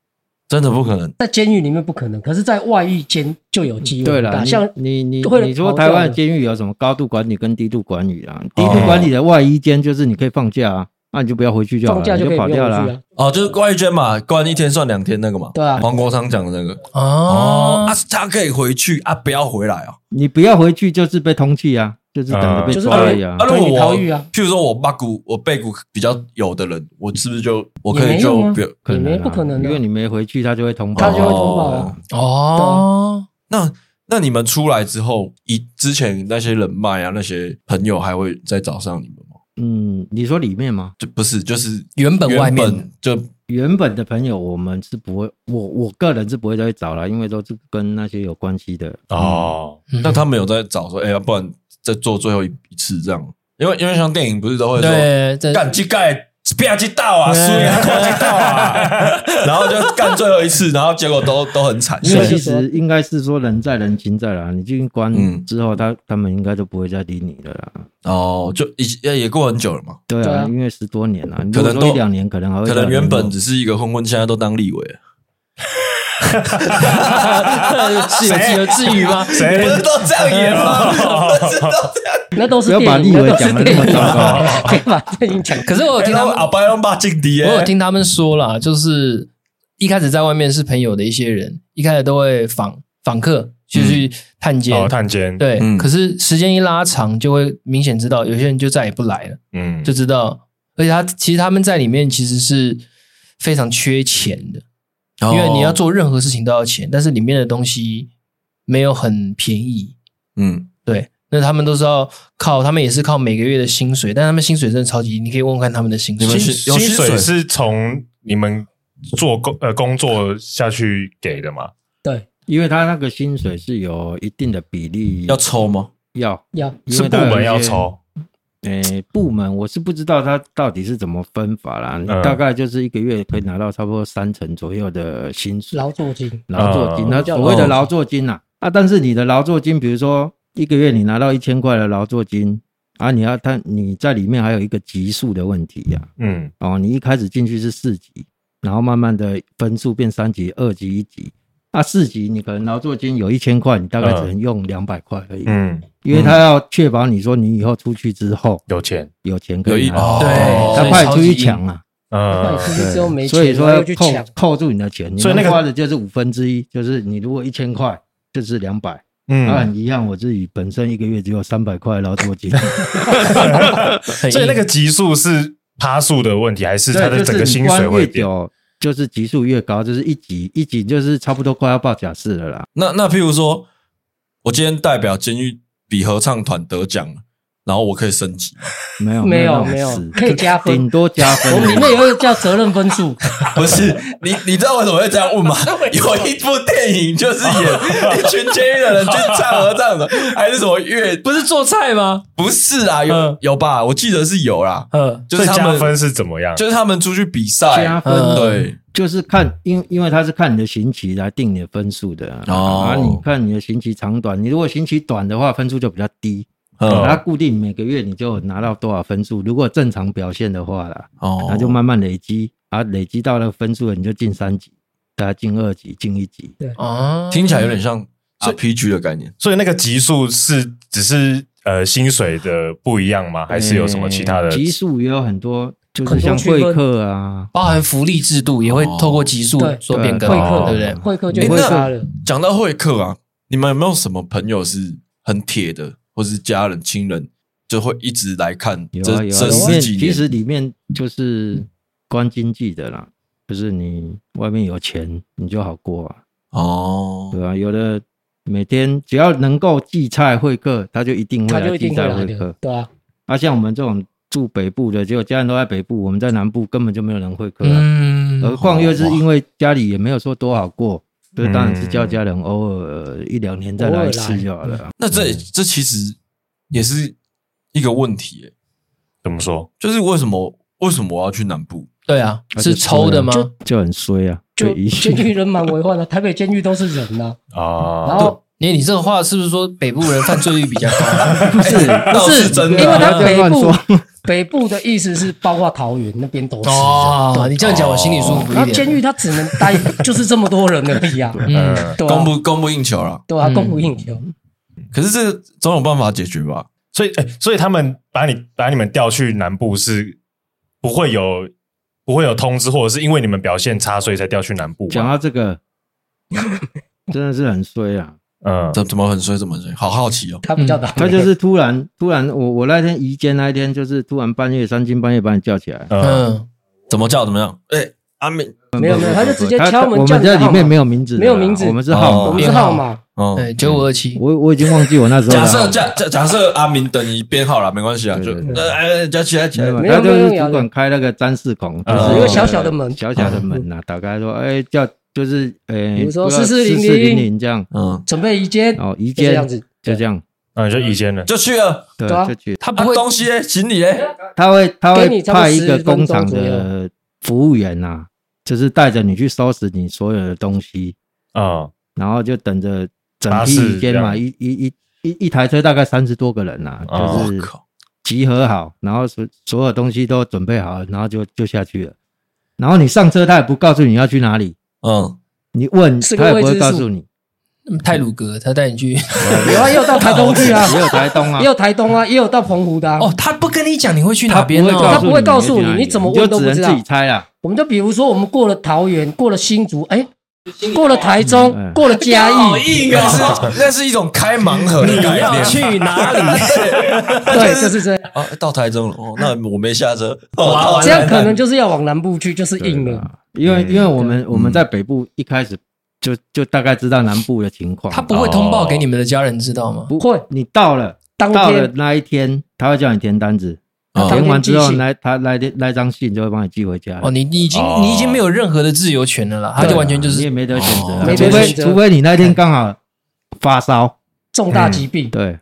Speaker 1: 真的不可能。
Speaker 5: 在监狱里面不可能，可是，在外狱间就有机会。
Speaker 4: 对了，
Speaker 5: 像
Speaker 4: 你你
Speaker 5: 会哦
Speaker 4: 你说
Speaker 5: 跑
Speaker 4: 台
Speaker 5: 掉
Speaker 4: 湾
Speaker 5: 的
Speaker 4: 监狱有什么高度管理跟低度管理啊？低度管理的外衣间就是你可以放假啊，那你就不要回去就好
Speaker 5: 放
Speaker 4: 了，
Speaker 5: 假
Speaker 4: 你
Speaker 5: 就可以
Speaker 4: 跑
Speaker 5: 不用
Speaker 4: 掉
Speaker 5: 回
Speaker 4: 了
Speaker 5: 去
Speaker 4: 啊。
Speaker 5: 啊。
Speaker 1: 哦，就是关一间嘛，关一天算两天那个嘛。
Speaker 5: 对啊
Speaker 1: 黄国昌讲的那个。哦，
Speaker 3: 哦
Speaker 1: 啊，他可以回去啊，不要回来哦。
Speaker 4: 你不要回去就是被通缉啊，就是等着被
Speaker 5: 就是
Speaker 4: 抓而已啊
Speaker 1: 啊，。如
Speaker 5: 可以
Speaker 1: 果我
Speaker 5: 逃狱啊
Speaker 1: 譬如说我八股，我背骨比较有的人，我是不是就我可
Speaker 5: 也
Speaker 1: 以
Speaker 5: 没
Speaker 1: 就
Speaker 5: 用啊
Speaker 1: 不要？
Speaker 4: 可能
Speaker 5: 你
Speaker 4: 啊
Speaker 5: 没不可能啊
Speaker 4: 因为你没回去，他就会通
Speaker 5: 他
Speaker 4: 报
Speaker 5: 就会
Speaker 4: 啊。
Speaker 5: 通报啊
Speaker 1: 哦
Speaker 3: 哦，
Speaker 1: 那那你们出来之后，以之前那些人脉啊，那些朋友还会再找上你们吗？
Speaker 4: 嗯，你说里面吗？
Speaker 1: 就不是，就是
Speaker 3: 原本外面
Speaker 1: 原本就
Speaker 4: 原本的朋友我们是不会，我我个人是不会再去找了，因为都是跟那些有关系的。
Speaker 2: 哦，
Speaker 3: 嗯
Speaker 1: 那他们有在找说，哎、呀，不然再做最后一次这样，因为因为像电影不是都会说
Speaker 3: 对这
Speaker 1: 干这盖。不要去
Speaker 2: 哦
Speaker 1: 到啊，输啊，不要去到啊，然后就干最后一次，然后结果都都很惨。
Speaker 4: 因为
Speaker 5: 是
Speaker 4: 其实应该是说人在人情在啦，你进关
Speaker 1: 嗯
Speaker 4: 之后，他他们应该就不会再理你了啦。
Speaker 1: 哦，就已也也过很久了嘛，
Speaker 4: 对
Speaker 5: 对啊
Speaker 4: 啊，因为十多年了，
Speaker 1: 可能
Speaker 4: 如果
Speaker 1: 都
Speaker 4: 说一两年，可能还会
Speaker 1: 可
Speaker 4: 再联
Speaker 1: 能
Speaker 4: 络。
Speaker 1: 原本只是一个混混，现在都当立委了，
Speaker 3: [LAUGHS] 是有自有至于吗？
Speaker 1: 不
Speaker 2: 谁
Speaker 1: 是 [LAUGHS] 都这样演 [LAUGHS] 吗？不是都
Speaker 5: [LAUGHS] 那都是
Speaker 4: 不要
Speaker 5: 电
Speaker 4: 把
Speaker 5: 影，
Speaker 4: 立委
Speaker 5: 那都是
Speaker 4: 讲得
Speaker 5: 电
Speaker 4: 那么
Speaker 5: 影
Speaker 4: 糟糕
Speaker 5: 啊， [LAUGHS] 不要把电影讲。
Speaker 3: 可是我有听他们
Speaker 1: 阿白龙爸劲敌耶，
Speaker 3: 我有听他们说啦，就是一开始在外面是朋友的一些人，一开始都会访访客，就去探监。
Speaker 2: 哦，探监，
Speaker 3: 对，
Speaker 1: 嗯
Speaker 3: 可是时间一拉长，就会明显知道有些人就再也不来了，
Speaker 2: 嗯，
Speaker 3: 就知道。而且他其实他们在里面其实是非常缺钱的，
Speaker 1: 哦，
Speaker 3: 因为你要做任何事情都要钱，但是里面的东西没有很便宜。
Speaker 1: 嗯，
Speaker 3: 对，那他们都是要靠，他们也是靠每个月的薪水，但他们薪水真的超级低，你可以问问看他们的薪
Speaker 1: 你
Speaker 3: 水
Speaker 1: 们。
Speaker 2: 薪
Speaker 1: 是有
Speaker 2: 薪
Speaker 1: 薪水
Speaker 2: 水是从你们做工呃工作下去给的嘛？
Speaker 5: 对，
Speaker 4: 因为他那个薪水是有一定的比例
Speaker 1: 要抽吗？
Speaker 4: 要，
Speaker 5: 要
Speaker 4: 因
Speaker 2: 是
Speaker 4: 为
Speaker 2: 部
Speaker 4: 他有一
Speaker 2: 门
Speaker 4: 些
Speaker 2: 要。抽，
Speaker 4: 诶、部门我是不知道他到底是怎么分法啦，
Speaker 2: 嗯
Speaker 4: 大概就是一个月可以拿到差不多三成左右的薪水。
Speaker 5: 劳作金，
Speaker 4: 劳作
Speaker 3: 呃
Speaker 4: 金，
Speaker 2: 嗯
Speaker 4: 那所谓
Speaker 3: 哦
Speaker 4: 的劳作金呐、啊，啊，但是你的劳作金，比如说一个月你拿到一千块的劳作金，啊，你要他你在里面还有一个级数的问题呀、
Speaker 2: 嗯
Speaker 4: 哦，你一开始进去是四级，然后慢慢的分数变三级、二级、一级，啊，四级你可能劳作金有一千块，你大概只能用两百块而已，
Speaker 2: 嗯，
Speaker 4: 因为他要确保你说你以后出去之后
Speaker 2: 有钱，
Speaker 4: 有钱
Speaker 1: 有
Speaker 4: 可以
Speaker 1: 一
Speaker 4: 拿，
Speaker 1: 哦
Speaker 3: 对，
Speaker 4: 他
Speaker 3: 所以
Speaker 4: 怕你
Speaker 3: 超
Speaker 4: 出去
Speaker 3: 级硬
Speaker 4: 抢啊。
Speaker 5: 那
Speaker 2: 嗯
Speaker 5: 你，出去之后没
Speaker 4: 所以
Speaker 5: 钱，
Speaker 4: 说
Speaker 5: 然
Speaker 4: 要
Speaker 5: 后去
Speaker 4: 扣
Speaker 5: 抢。
Speaker 4: 扣住你的钱，
Speaker 2: 所以那个
Speaker 4: 你能花的就是五分之一，就是你如果一千块就是两百、0啊，
Speaker 2: 嗯， [LAUGHS]
Speaker 4: 一样我自己本身一个月只有三百块劳作金，
Speaker 3: 很
Speaker 2: 所以
Speaker 3: 硬
Speaker 2: 那个级数是趴数的问题，还是他
Speaker 4: 对，
Speaker 2: 的
Speaker 4: 就
Speaker 2: 整
Speaker 4: 是
Speaker 2: 个
Speaker 4: 你
Speaker 2: 薪
Speaker 4: 关
Speaker 2: 水会
Speaker 4: 越
Speaker 2: 变？
Speaker 4: 久就是级数越高，就是一级一级就是差不多快要报假释了啦。
Speaker 1: 那那譬如说，我今天代表监狱比合唱团得奖了，然后我可以升级，
Speaker 4: 没有
Speaker 5: 没有
Speaker 4: 没
Speaker 5: 没有
Speaker 4: 事
Speaker 5: 可以加分
Speaker 4: 顶多加分
Speaker 5: 我。们里面有一个叫责任分数，
Speaker 1: 不是？你你知道为什么会这样
Speaker 3: [LAUGHS]
Speaker 1: 问吗？有一部电影就是演一群监狱的人去唱合唱的，还是什么乐？
Speaker 3: [LAUGHS] 不是做菜吗？
Speaker 1: 不是啊，有
Speaker 3: 嗯
Speaker 1: 有吧？我记得是有啦，
Speaker 3: 嗯，
Speaker 1: 就是
Speaker 2: 所以
Speaker 1: 他
Speaker 2: 加
Speaker 1: 们
Speaker 2: 分是啊怎么样？
Speaker 1: 就是他们出去比赛
Speaker 4: 加，
Speaker 3: 嗯
Speaker 4: 分
Speaker 1: 对，
Speaker 4: 就是看，因因为他是看你的刑期来定你的分数的啊
Speaker 1: 哦
Speaker 4: 啊，你看你的刑期长短，你如果刑期短的话，分数就比较低，
Speaker 2: 哦
Speaker 1: 嗯
Speaker 4: 哦它固定每个月你就拿到多少分数，如果正常表现的话啦，
Speaker 1: 哦
Speaker 4: 那就慢慢累积，啊，累积到那个分数了，你就进三级，大家进二级，进一级，
Speaker 3: 啊，
Speaker 1: 听起来有点像 RPG 的概念，
Speaker 2: 所以那个级数是只是呃薪水的不一样吗？还是有什么其他的
Speaker 4: 诶？哎嗯级数也有很多，就
Speaker 5: 很
Speaker 4: 是像
Speaker 5: 多区分
Speaker 4: 贵客啊，
Speaker 3: 包含福利制度也会透过级数
Speaker 5: [LAUGHS] 对
Speaker 3: 做变更
Speaker 4: 对
Speaker 3: 嘛，
Speaker 2: 会客
Speaker 3: 对不对？
Speaker 5: 会客就
Speaker 1: 诶
Speaker 5: 会
Speaker 1: 那
Speaker 5: 发了。
Speaker 1: 讲到会客啊，你们有没有什么朋友是很铁的，或是家人、亲人就会一直来看
Speaker 4: 有啊
Speaker 1: 这
Speaker 4: 有啊，
Speaker 1: 这
Speaker 4: 里
Speaker 1: 十
Speaker 4: 面
Speaker 1: 几
Speaker 4: 其
Speaker 1: 年？
Speaker 4: 实里面就是关经济的啦，就是你外面有钱，你就好过啊，
Speaker 1: 哦，
Speaker 4: 对啊，有的每天只要能够寄菜会客，他就一定会
Speaker 5: 他就
Speaker 4: 来
Speaker 5: 一
Speaker 4: 寄
Speaker 5: 定会
Speaker 4: 菜
Speaker 5: 来
Speaker 4: 会
Speaker 5: 的
Speaker 4: 客，，
Speaker 5: 对啊，
Speaker 4: 啊，像我们这种住北部的，结果家人都在北部，我们在南部根本就没有人会客、啊。
Speaker 3: 嗯，
Speaker 4: 何况又是因为家里也没有说多好过，所以当然是叫家人偶尔一两年再来一次就
Speaker 5: 嗯
Speaker 4: 好了啊。
Speaker 1: 那这这其实也是一个问题、欸，
Speaker 2: 怎么说？
Speaker 1: 就是为什么为什么我要去南部？
Speaker 3: 对啊，是抽的吗？
Speaker 4: 就很衰啊，
Speaker 5: 就
Speaker 4: 被遗弃
Speaker 5: 监狱人满为患啊，台北监狱都是人呐、然
Speaker 3: 哦
Speaker 2: 啊，
Speaker 5: 后
Speaker 3: 你你这个话是不是说北部人犯罪率比较高？哎
Speaker 4: 不是
Speaker 1: 倒是真
Speaker 5: 因为
Speaker 1: 的啊，
Speaker 5: 它
Speaker 4: 不要
Speaker 5: 北
Speaker 4: 乱
Speaker 5: 部
Speaker 4: 说
Speaker 5: 北部的意思是包括桃园那边都是人。
Speaker 3: 哦，你这样讲我心里舒服
Speaker 5: 然
Speaker 3: 一
Speaker 5: 后监
Speaker 3: 点。
Speaker 5: 狱它只能待就是这么多人而已啊，
Speaker 3: 嗯，
Speaker 5: 对啊
Speaker 1: 供，不供不应求了。
Speaker 5: 对啊，
Speaker 3: 嗯
Speaker 5: 供不应求。
Speaker 4: 嗯
Speaker 1: 可是这个总有办法解决吧？
Speaker 2: 所以，哎、所以他们把你把你们调去南部是不会有不会有通知，或者是因为你们表现差，所以才调去南部吗。
Speaker 4: [LAUGHS]
Speaker 5: 啊
Speaker 4: 讲到这
Speaker 5: [LAUGHS]
Speaker 4: 个，真的是很衰啊。
Speaker 2: 嗯，
Speaker 1: 怎怎么很衰，怎么很衰？好好奇哦。
Speaker 5: 他比较倒霉
Speaker 4: 嗯他就是突然突然，我我那天移监那一天，就是突然半夜三更半夜把你叫起来，
Speaker 2: 嗯
Speaker 3: 嗯，
Speaker 1: 怎么叫？怎么样？哎，阿敏，
Speaker 5: 没有没有，他就直接
Speaker 4: 他
Speaker 5: 敲门
Speaker 4: 我
Speaker 5: 叫
Speaker 4: 们
Speaker 5: 你的
Speaker 4: 在
Speaker 5: 号
Speaker 4: 里
Speaker 5: 码。
Speaker 4: 面没有名字的啦，
Speaker 5: 没有名字
Speaker 4: 我们是号
Speaker 5: 我
Speaker 1: 哦
Speaker 4: 码
Speaker 5: 们。是号码，
Speaker 1: 哦，
Speaker 3: 嗯对，九五二七，
Speaker 4: 我我已经忘记我那时候的
Speaker 1: 假
Speaker 4: 号
Speaker 1: 设
Speaker 4: 码
Speaker 1: 假假假设阿明等你编号了，没关系啊，就
Speaker 4: 对对
Speaker 1: 呃哎加起来起来，
Speaker 4: 没
Speaker 5: 没
Speaker 4: 有，
Speaker 5: 有
Speaker 4: 他就
Speaker 5: 没有
Speaker 4: 是
Speaker 5: 用
Speaker 4: 主管开那个张四孔，就
Speaker 2: 嗯
Speaker 5: 啊
Speaker 2: 有
Speaker 4: 是
Speaker 2: 一个
Speaker 5: 小小的门
Speaker 4: 呃小小的门呐，打开说，哎，叫就是呃，
Speaker 5: 比如说
Speaker 4: 四
Speaker 5: 4400
Speaker 4: 零零这样，
Speaker 1: 嗯，
Speaker 5: 准备移接，
Speaker 4: 哦，一
Speaker 5: 就这样
Speaker 4: 间
Speaker 5: 子。
Speaker 4: 就这样，
Speaker 2: 嗯，就以前的
Speaker 1: 就去了。
Speaker 4: 对，
Speaker 5: 对啊
Speaker 4: 就去，
Speaker 1: 他不会东西嘞，行李嘞，
Speaker 4: 他会他
Speaker 5: 给
Speaker 4: 会
Speaker 5: 你差不多
Speaker 4: 派一个
Speaker 5: 10分
Speaker 4: 工
Speaker 5: 钟
Speaker 4: 厂
Speaker 5: 左
Speaker 4: 的服务员呐，就是带着你去收拾你所有的东西，
Speaker 2: 啊，
Speaker 4: 然后就等着整
Speaker 2: 巴士
Speaker 4: 批一间嘛，
Speaker 2: 这
Speaker 4: 一一一一一台车大概三十多个人呐，
Speaker 2: 哦
Speaker 4: 就是
Speaker 1: 我靠
Speaker 4: 集合好，然后所所有东西都准备好了，然后就就下去了。然后你上车，他也不告诉你要去哪里，
Speaker 1: 嗯，
Speaker 4: 你问
Speaker 5: 是
Speaker 4: 他
Speaker 5: 个
Speaker 4: 也
Speaker 5: 未
Speaker 4: 不
Speaker 5: 知
Speaker 4: 会
Speaker 5: 数
Speaker 4: 告诉你。
Speaker 3: 嗯泰鲁格他带你去，
Speaker 5: 有啊，也有到台东去啊，
Speaker 4: 也有台东啊
Speaker 5: [LAUGHS] 也，有台东啊，也有到澎湖的啊。
Speaker 3: 哦，他不跟你讲你会去
Speaker 4: 他
Speaker 3: 哪
Speaker 4: 不
Speaker 3: 边
Speaker 4: 会
Speaker 3: 哦，
Speaker 4: 告诉
Speaker 5: 他
Speaker 4: 你，
Speaker 5: 不会告诉
Speaker 4: 你
Speaker 5: 你
Speaker 4: 去哪里
Speaker 5: 你怎么
Speaker 4: 你就
Speaker 5: 问都
Speaker 4: 只
Speaker 5: 不
Speaker 4: 能
Speaker 5: 知道
Speaker 4: 自己猜啊啦。
Speaker 5: 我们就比如说，我们过了桃园，过了新竹，哎，过了台中
Speaker 4: 嗯，
Speaker 5: 过了嘉
Speaker 1: 好
Speaker 5: 义，
Speaker 1: 硬啊，是那是一种开盲盒的概念。
Speaker 3: 哪里？
Speaker 5: 对，就是这样。
Speaker 1: 啊，到台中了哦，那我没下车，
Speaker 2: 哇
Speaker 1: 哦
Speaker 5: 这样可能就是要往南部去，就是
Speaker 4: 啊
Speaker 5: 硬了。
Speaker 4: 因为
Speaker 2: 嗯
Speaker 4: 因为我们我们在北部一开始就就大概知道南部的情况。
Speaker 3: 他不会通报给你们的家人知道吗？
Speaker 5: 不会，
Speaker 4: 你到了
Speaker 5: 当
Speaker 4: 到了
Speaker 5: 天
Speaker 4: 那一天，他会叫你填单子，
Speaker 1: 哦
Speaker 4: 填完之
Speaker 5: 当天
Speaker 4: 后
Speaker 5: 寄信
Speaker 4: 来他来那张信就会帮你寄回家。
Speaker 3: 哦，你你已经
Speaker 2: 哦
Speaker 3: 你已经没有任何的自由权了啦，他就完全就
Speaker 4: 你也
Speaker 3: 是
Speaker 4: 没得选择啊
Speaker 1: 哦，
Speaker 5: 没
Speaker 4: 除
Speaker 5: 得
Speaker 4: 非
Speaker 5: 选择
Speaker 4: 除非你那天刚好发烧。
Speaker 5: 重大疾病，
Speaker 4: 对，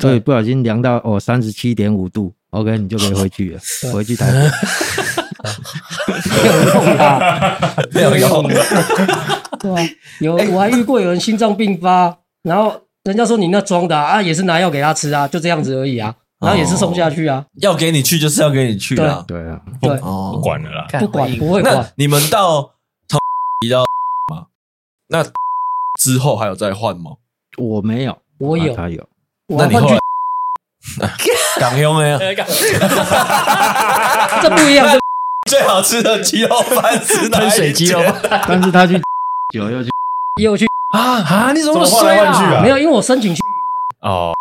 Speaker 4: 所以不小心量到哦三十七点五度，OK，你就可以回
Speaker 5: [LAUGHS]
Speaker 4: 去了，回去台北。
Speaker 5: 有重
Speaker 4: 嗯
Speaker 5: [LAUGHS] 大，
Speaker 1: 没有用。
Speaker 5: 对啊。有，我还遇过有人心脏病发，然后人家说你那装的啊，啊也是拿药给他吃啊，就这样子而已啊，然后也是送下去啊，
Speaker 1: 要给你去就是要给你去啦。
Speaker 4: 对啊，
Speaker 5: 对，哦
Speaker 1: 哦
Speaker 2: 不，管了啦。
Speaker 5: 不管不会
Speaker 1: 那
Speaker 5: 管， [LAUGHS]
Speaker 1: 你们到从移到嘛，那之后还有再换吗？
Speaker 4: 我没有，
Speaker 5: 我有
Speaker 4: 啊他有，
Speaker 5: 我
Speaker 1: 那
Speaker 5: 要
Speaker 1: 你
Speaker 5: 换
Speaker 1: 后
Speaker 5: 去
Speaker 1: [LAUGHS] 来啊港兄哎呀，
Speaker 5: [LAUGHS] 这不一样，这
Speaker 1: 最好吃的鸡肉饭是哪一间
Speaker 3: 喷水鸡肉饭
Speaker 4: 但是他去 [LAUGHS] 酒又去，
Speaker 5: 也有去，
Speaker 3: 啊啊！你怎么那么
Speaker 2: 怎么换
Speaker 3: 衰
Speaker 2: 来换去啊
Speaker 3: 啊？
Speaker 5: 没有，因为我申请去
Speaker 2: 哦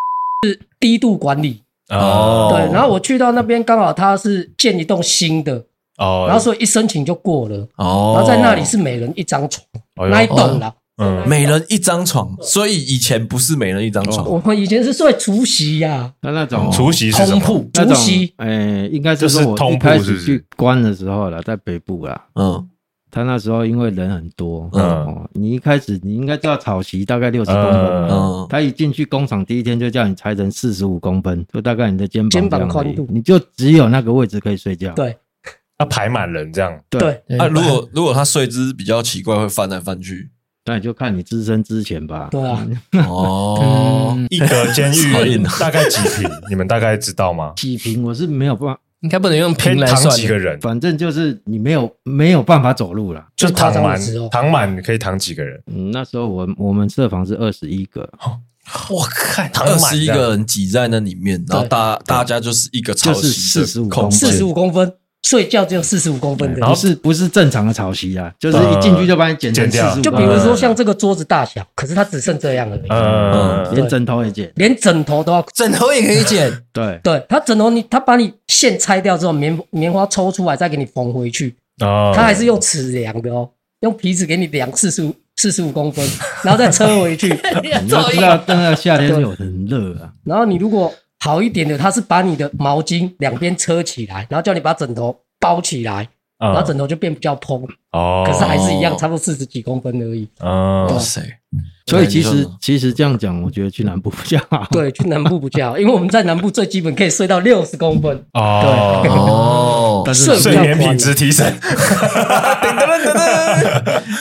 Speaker 5: 低度管理，
Speaker 2: 哦
Speaker 5: 对，然后我去到那边刚好他是建一栋新的，
Speaker 2: 哦，
Speaker 5: 然后所以一申请就过了，
Speaker 1: 哦
Speaker 5: 然后在那里是每人一张床，
Speaker 2: 哎呦
Speaker 5: 那一栋啦。
Speaker 2: 嗯
Speaker 1: 每人一张床，所以以前不是每人一张床，
Speaker 5: 我们以前是睡竹席呀，
Speaker 4: 他那种
Speaker 2: 除夕是什
Speaker 5: 通
Speaker 2: 么？
Speaker 5: 铺
Speaker 4: 那
Speaker 5: 竹
Speaker 4: 种
Speaker 5: 席，
Speaker 4: 哦哎，应该是
Speaker 2: 就是
Speaker 4: 说我
Speaker 2: 通
Speaker 4: 一
Speaker 2: 铺
Speaker 4: 开
Speaker 2: 是不
Speaker 4: 始
Speaker 2: 是
Speaker 4: 去关的时候了，在北部啦。
Speaker 1: 嗯，
Speaker 4: 他那时候因为人很多，
Speaker 1: 嗯
Speaker 4: 哦，你一开始你应该知道草席大概六十公分，
Speaker 2: 嗯
Speaker 1: 嗯
Speaker 4: 他一进去工厂第一天就叫你裁成四十五公分，就大概你的肩膀
Speaker 5: 肩膀
Speaker 4: 这样而已
Speaker 5: 宽度
Speaker 4: 你就只有那个位置可以睡觉。
Speaker 5: 对
Speaker 2: 他啊排满人这样，
Speaker 5: 对，
Speaker 1: 啊，如 [LAUGHS] 果如果他睡姿比较奇怪，会翻来翻 [LAUGHS] 去，
Speaker 4: 那你就看你自身之前吧。
Speaker 5: 对啊，
Speaker 1: 哦，
Speaker 3: 嗯
Speaker 2: 一格
Speaker 5: [LAUGHS]
Speaker 2: 监
Speaker 1: 好硬
Speaker 2: 狱
Speaker 1: 啊
Speaker 2: 大概几平？你们大概知道吗？
Speaker 4: 几平我是没有办法，
Speaker 3: 应该不能用
Speaker 2: 可以
Speaker 3: 平来
Speaker 2: 躺
Speaker 3: 算
Speaker 2: 几个人？
Speaker 4: 反正就是你没有没有办法走路了。
Speaker 2: 就
Speaker 5: 最夸
Speaker 2: 躺
Speaker 5: 张哦的
Speaker 2: 满
Speaker 5: 时候，
Speaker 2: 躺满可以躺几个人？
Speaker 4: 嗯，那时候我我们社房是二十一个，
Speaker 1: 我看
Speaker 2: 躺
Speaker 1: 二
Speaker 2: 满
Speaker 1: 十一个人挤在那里面，然后大大家就是一个超
Speaker 4: 就是45
Speaker 1: 空
Speaker 4: 公
Speaker 5: 四
Speaker 1: 间
Speaker 5: 十五公分，睡觉只有四十五公分
Speaker 4: 然后
Speaker 5: 的。
Speaker 4: 哎是不是正常的草席啊？就是
Speaker 1: 呃
Speaker 4: 一进去就把你剪成
Speaker 2: 剪
Speaker 4: 四
Speaker 2: 掉
Speaker 4: 十五，
Speaker 5: 就比如说像这个桌子大小，可是它只剩这样而已，嗯
Speaker 2: 呃，
Speaker 4: 连枕头也剪，
Speaker 5: 连枕头都要。
Speaker 3: 枕头也可以
Speaker 4: [LAUGHS]
Speaker 3: 剪，
Speaker 4: 对，
Speaker 5: 对，它枕头你，它把你线拆掉之后，棉棉花抽出来再给你缝回去，
Speaker 2: 哦
Speaker 5: 它还是用尺量的哦，用皮尺给你量四十五四十五公分，然后再车回去。
Speaker 4: 你要知道，那个夏天有很热啊，
Speaker 5: 然后你如果好一点的，它是把你的毛巾两边车起来，然后叫你把枕头包起来，
Speaker 3: 啊
Speaker 5: 然后
Speaker 2: 嗯
Speaker 5: 枕头就变比较蓬，
Speaker 2: 哦，
Speaker 5: 可是还是一样，
Speaker 1: 哦
Speaker 5: 差不多四十几公分而已。
Speaker 1: 哇
Speaker 2: 嗯
Speaker 1: 塞，
Speaker 4: 所以其实
Speaker 1: 对你
Speaker 4: 其实这样讲，我觉得去南部比较好。
Speaker 5: 对，去南部比较好，因为我们在南部最基本可以睡到六十公分，
Speaker 1: 就
Speaker 2: 哦，
Speaker 1: 哦， [LAUGHS]
Speaker 4: 但是
Speaker 5: 睡
Speaker 2: 睡眠品质提升，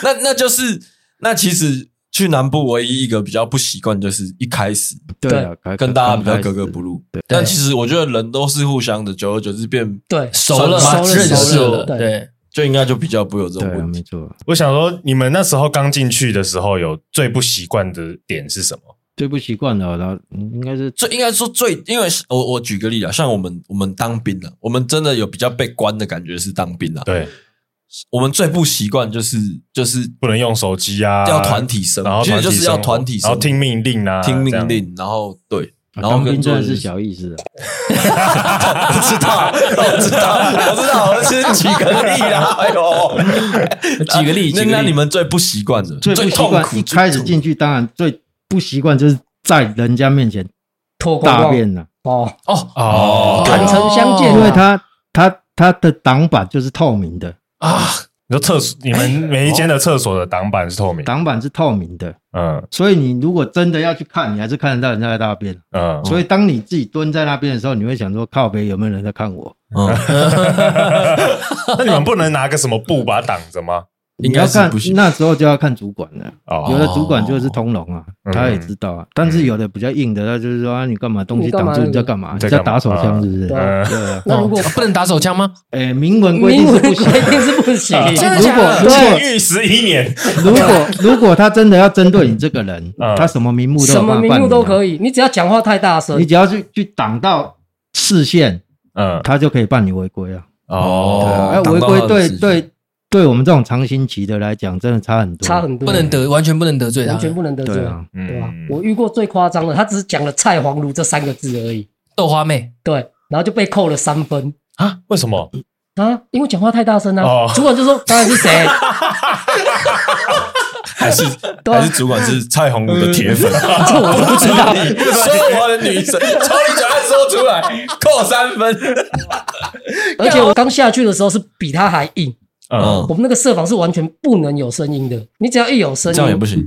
Speaker 1: 那那就是那其实去南部唯一一个比较不习惯，就是一开始
Speaker 4: 对啊，刚
Speaker 1: 跟大家比较
Speaker 4: 刚开
Speaker 1: 格
Speaker 4: 始
Speaker 1: 格不入。
Speaker 4: 对
Speaker 1: 但其实我觉得人都是互相的，久而久之变
Speaker 5: 对，
Speaker 3: 熟了
Speaker 1: 熟了
Speaker 3: 认识
Speaker 5: 熟
Speaker 3: 了，
Speaker 5: 了对
Speaker 3: 对，
Speaker 1: 就应该就比较不会有这
Speaker 4: 对
Speaker 1: 种
Speaker 4: 啊，
Speaker 1: 问
Speaker 4: 没
Speaker 1: 题。
Speaker 4: 错。
Speaker 2: [LAUGHS] 我想说，你们那时候刚进去的时候，有最不习惯的点是什么？
Speaker 4: 最不习惯的，然后嗯应该是
Speaker 1: 最应该说最，因为是我我举个例啊，像我们我们当兵啊，我们真的有比较被关的感觉是当兵啊。
Speaker 2: 对，
Speaker 1: 我们最不习惯就是就是
Speaker 2: 不能用手机啊，
Speaker 1: 要团体生活
Speaker 2: 然后
Speaker 1: 其实就是要
Speaker 2: 生活
Speaker 1: 团体生
Speaker 2: 然
Speaker 1: 活
Speaker 2: 后听命令啊，
Speaker 1: 听
Speaker 2: 这
Speaker 1: 命
Speaker 2: 样。
Speaker 1: 令，然后对，然后
Speaker 4: 啊当
Speaker 1: 跟
Speaker 4: 兵
Speaker 1: 做
Speaker 4: 真
Speaker 1: 的
Speaker 4: 的是
Speaker 1: 事情
Speaker 4: 小意思啊。
Speaker 1: 我知道， [LAUGHS] 我知道，我知道，我只是举个例啦。哎呦，
Speaker 3: 举个例举个
Speaker 1: 那那
Speaker 3: 例
Speaker 1: 你们最不习惯的，
Speaker 4: 最不习
Speaker 1: 痛
Speaker 4: 惯
Speaker 1: 苦，
Speaker 4: 一开始进去，当然最不习惯就是在人家面前
Speaker 5: 脱光
Speaker 4: 大
Speaker 5: 光
Speaker 4: 便了，
Speaker 5: 哦，
Speaker 1: 哦
Speaker 2: 哦，
Speaker 5: 坦诚相见，
Speaker 4: 因为他他他的挡板就是透明的，
Speaker 1: 啊，
Speaker 2: 你说厕所，你们每一间的厕所的挡板是透明，
Speaker 4: 挡板是透明的，
Speaker 2: 嗯
Speaker 4: 所以你如果真的要去看，你还是看得到人家在大便。
Speaker 2: 嗯，
Speaker 4: 所以当你自己蹲在那边的时候，你会想说靠北有没有人在看我？
Speaker 1: 嗯，
Speaker 2: 那你们不能拿个什么布把它挡着吗？
Speaker 1: 应
Speaker 4: 你
Speaker 1: 该
Speaker 4: 要
Speaker 1: 是
Speaker 4: 看
Speaker 1: 不行
Speaker 4: 那时候就要看主管了。有
Speaker 2: 哦，
Speaker 4: 的主管就是通融啊，
Speaker 2: 嗯
Speaker 4: 他也知道啊。但是有的比较硬的，他就是说啊，你干嘛东西挡住？
Speaker 5: 你
Speaker 4: 你
Speaker 5: 嗯干
Speaker 4: 在
Speaker 5: 嘛
Speaker 4: 干嘛？
Speaker 2: 你
Speaker 4: 你
Speaker 2: 在
Speaker 4: 在
Speaker 2: 干嘛
Speaker 4: 打手枪是不是？
Speaker 5: 对
Speaker 2: 嗯
Speaker 4: 对啊。
Speaker 5: 那如果
Speaker 3: 哦不能打手枪吗？
Speaker 4: 诶，明文规
Speaker 5: 明
Speaker 4: 定是不
Speaker 5: 文
Speaker 4: 行。
Speaker 5: 规定是不行，啊
Speaker 3: 真的
Speaker 4: 如
Speaker 3: 假
Speaker 4: 果
Speaker 3: 的
Speaker 4: 如
Speaker 2: 监
Speaker 4: 果
Speaker 2: 狱十一年，
Speaker 4: 如果如果他真的要针对你这个人
Speaker 2: 嗯，
Speaker 4: 他什么名目都有
Speaker 5: 什么
Speaker 4: 办法
Speaker 5: 名目
Speaker 4: 办
Speaker 5: 都
Speaker 4: 你啊
Speaker 5: 可以，你只要讲话太大
Speaker 4: 你
Speaker 5: 声，
Speaker 4: 只要去去挡到视线，
Speaker 2: 嗯
Speaker 4: 他就可以办你违规啊。对啊
Speaker 1: 哦
Speaker 4: 哎，违规
Speaker 1: 挡
Speaker 4: 对，
Speaker 1: 到他的视线
Speaker 4: 对对，我们这种长心期的来讲，真的差很多，
Speaker 5: 差很多，
Speaker 3: 不能得，完全不能得罪他
Speaker 5: 完，全不能得罪
Speaker 4: 对，啊。
Speaker 5: 对吧
Speaker 2: 嗯？，
Speaker 5: 我遇过最夸张的，他只是讲了“菜黄炉”这三个字而已，
Speaker 3: 豆花妹
Speaker 5: 对，然后就被扣了三分
Speaker 2: 啊，为什么？
Speaker 5: 啊，因为讲话太大声
Speaker 2: 哦
Speaker 5: 啊。主管就说：“当然是 [LAUGHS] 谁
Speaker 1: 还是
Speaker 5: 对啊
Speaker 1: 还是主管是蔡红茹的铁 [LAUGHS] 粉，
Speaker 5: 这我都不 [LAUGHS] 知道。
Speaker 1: 说我的女神，从你嘴巴说出来，扣三分。”
Speaker 5: 而且我刚下去的时候是比他还硬，
Speaker 2: 嗯，
Speaker 1: 嗯
Speaker 5: 我，们那个社防是完全不能有声音的，你只要一有声
Speaker 1: 这样也
Speaker 5: 音，
Speaker 1: 不行。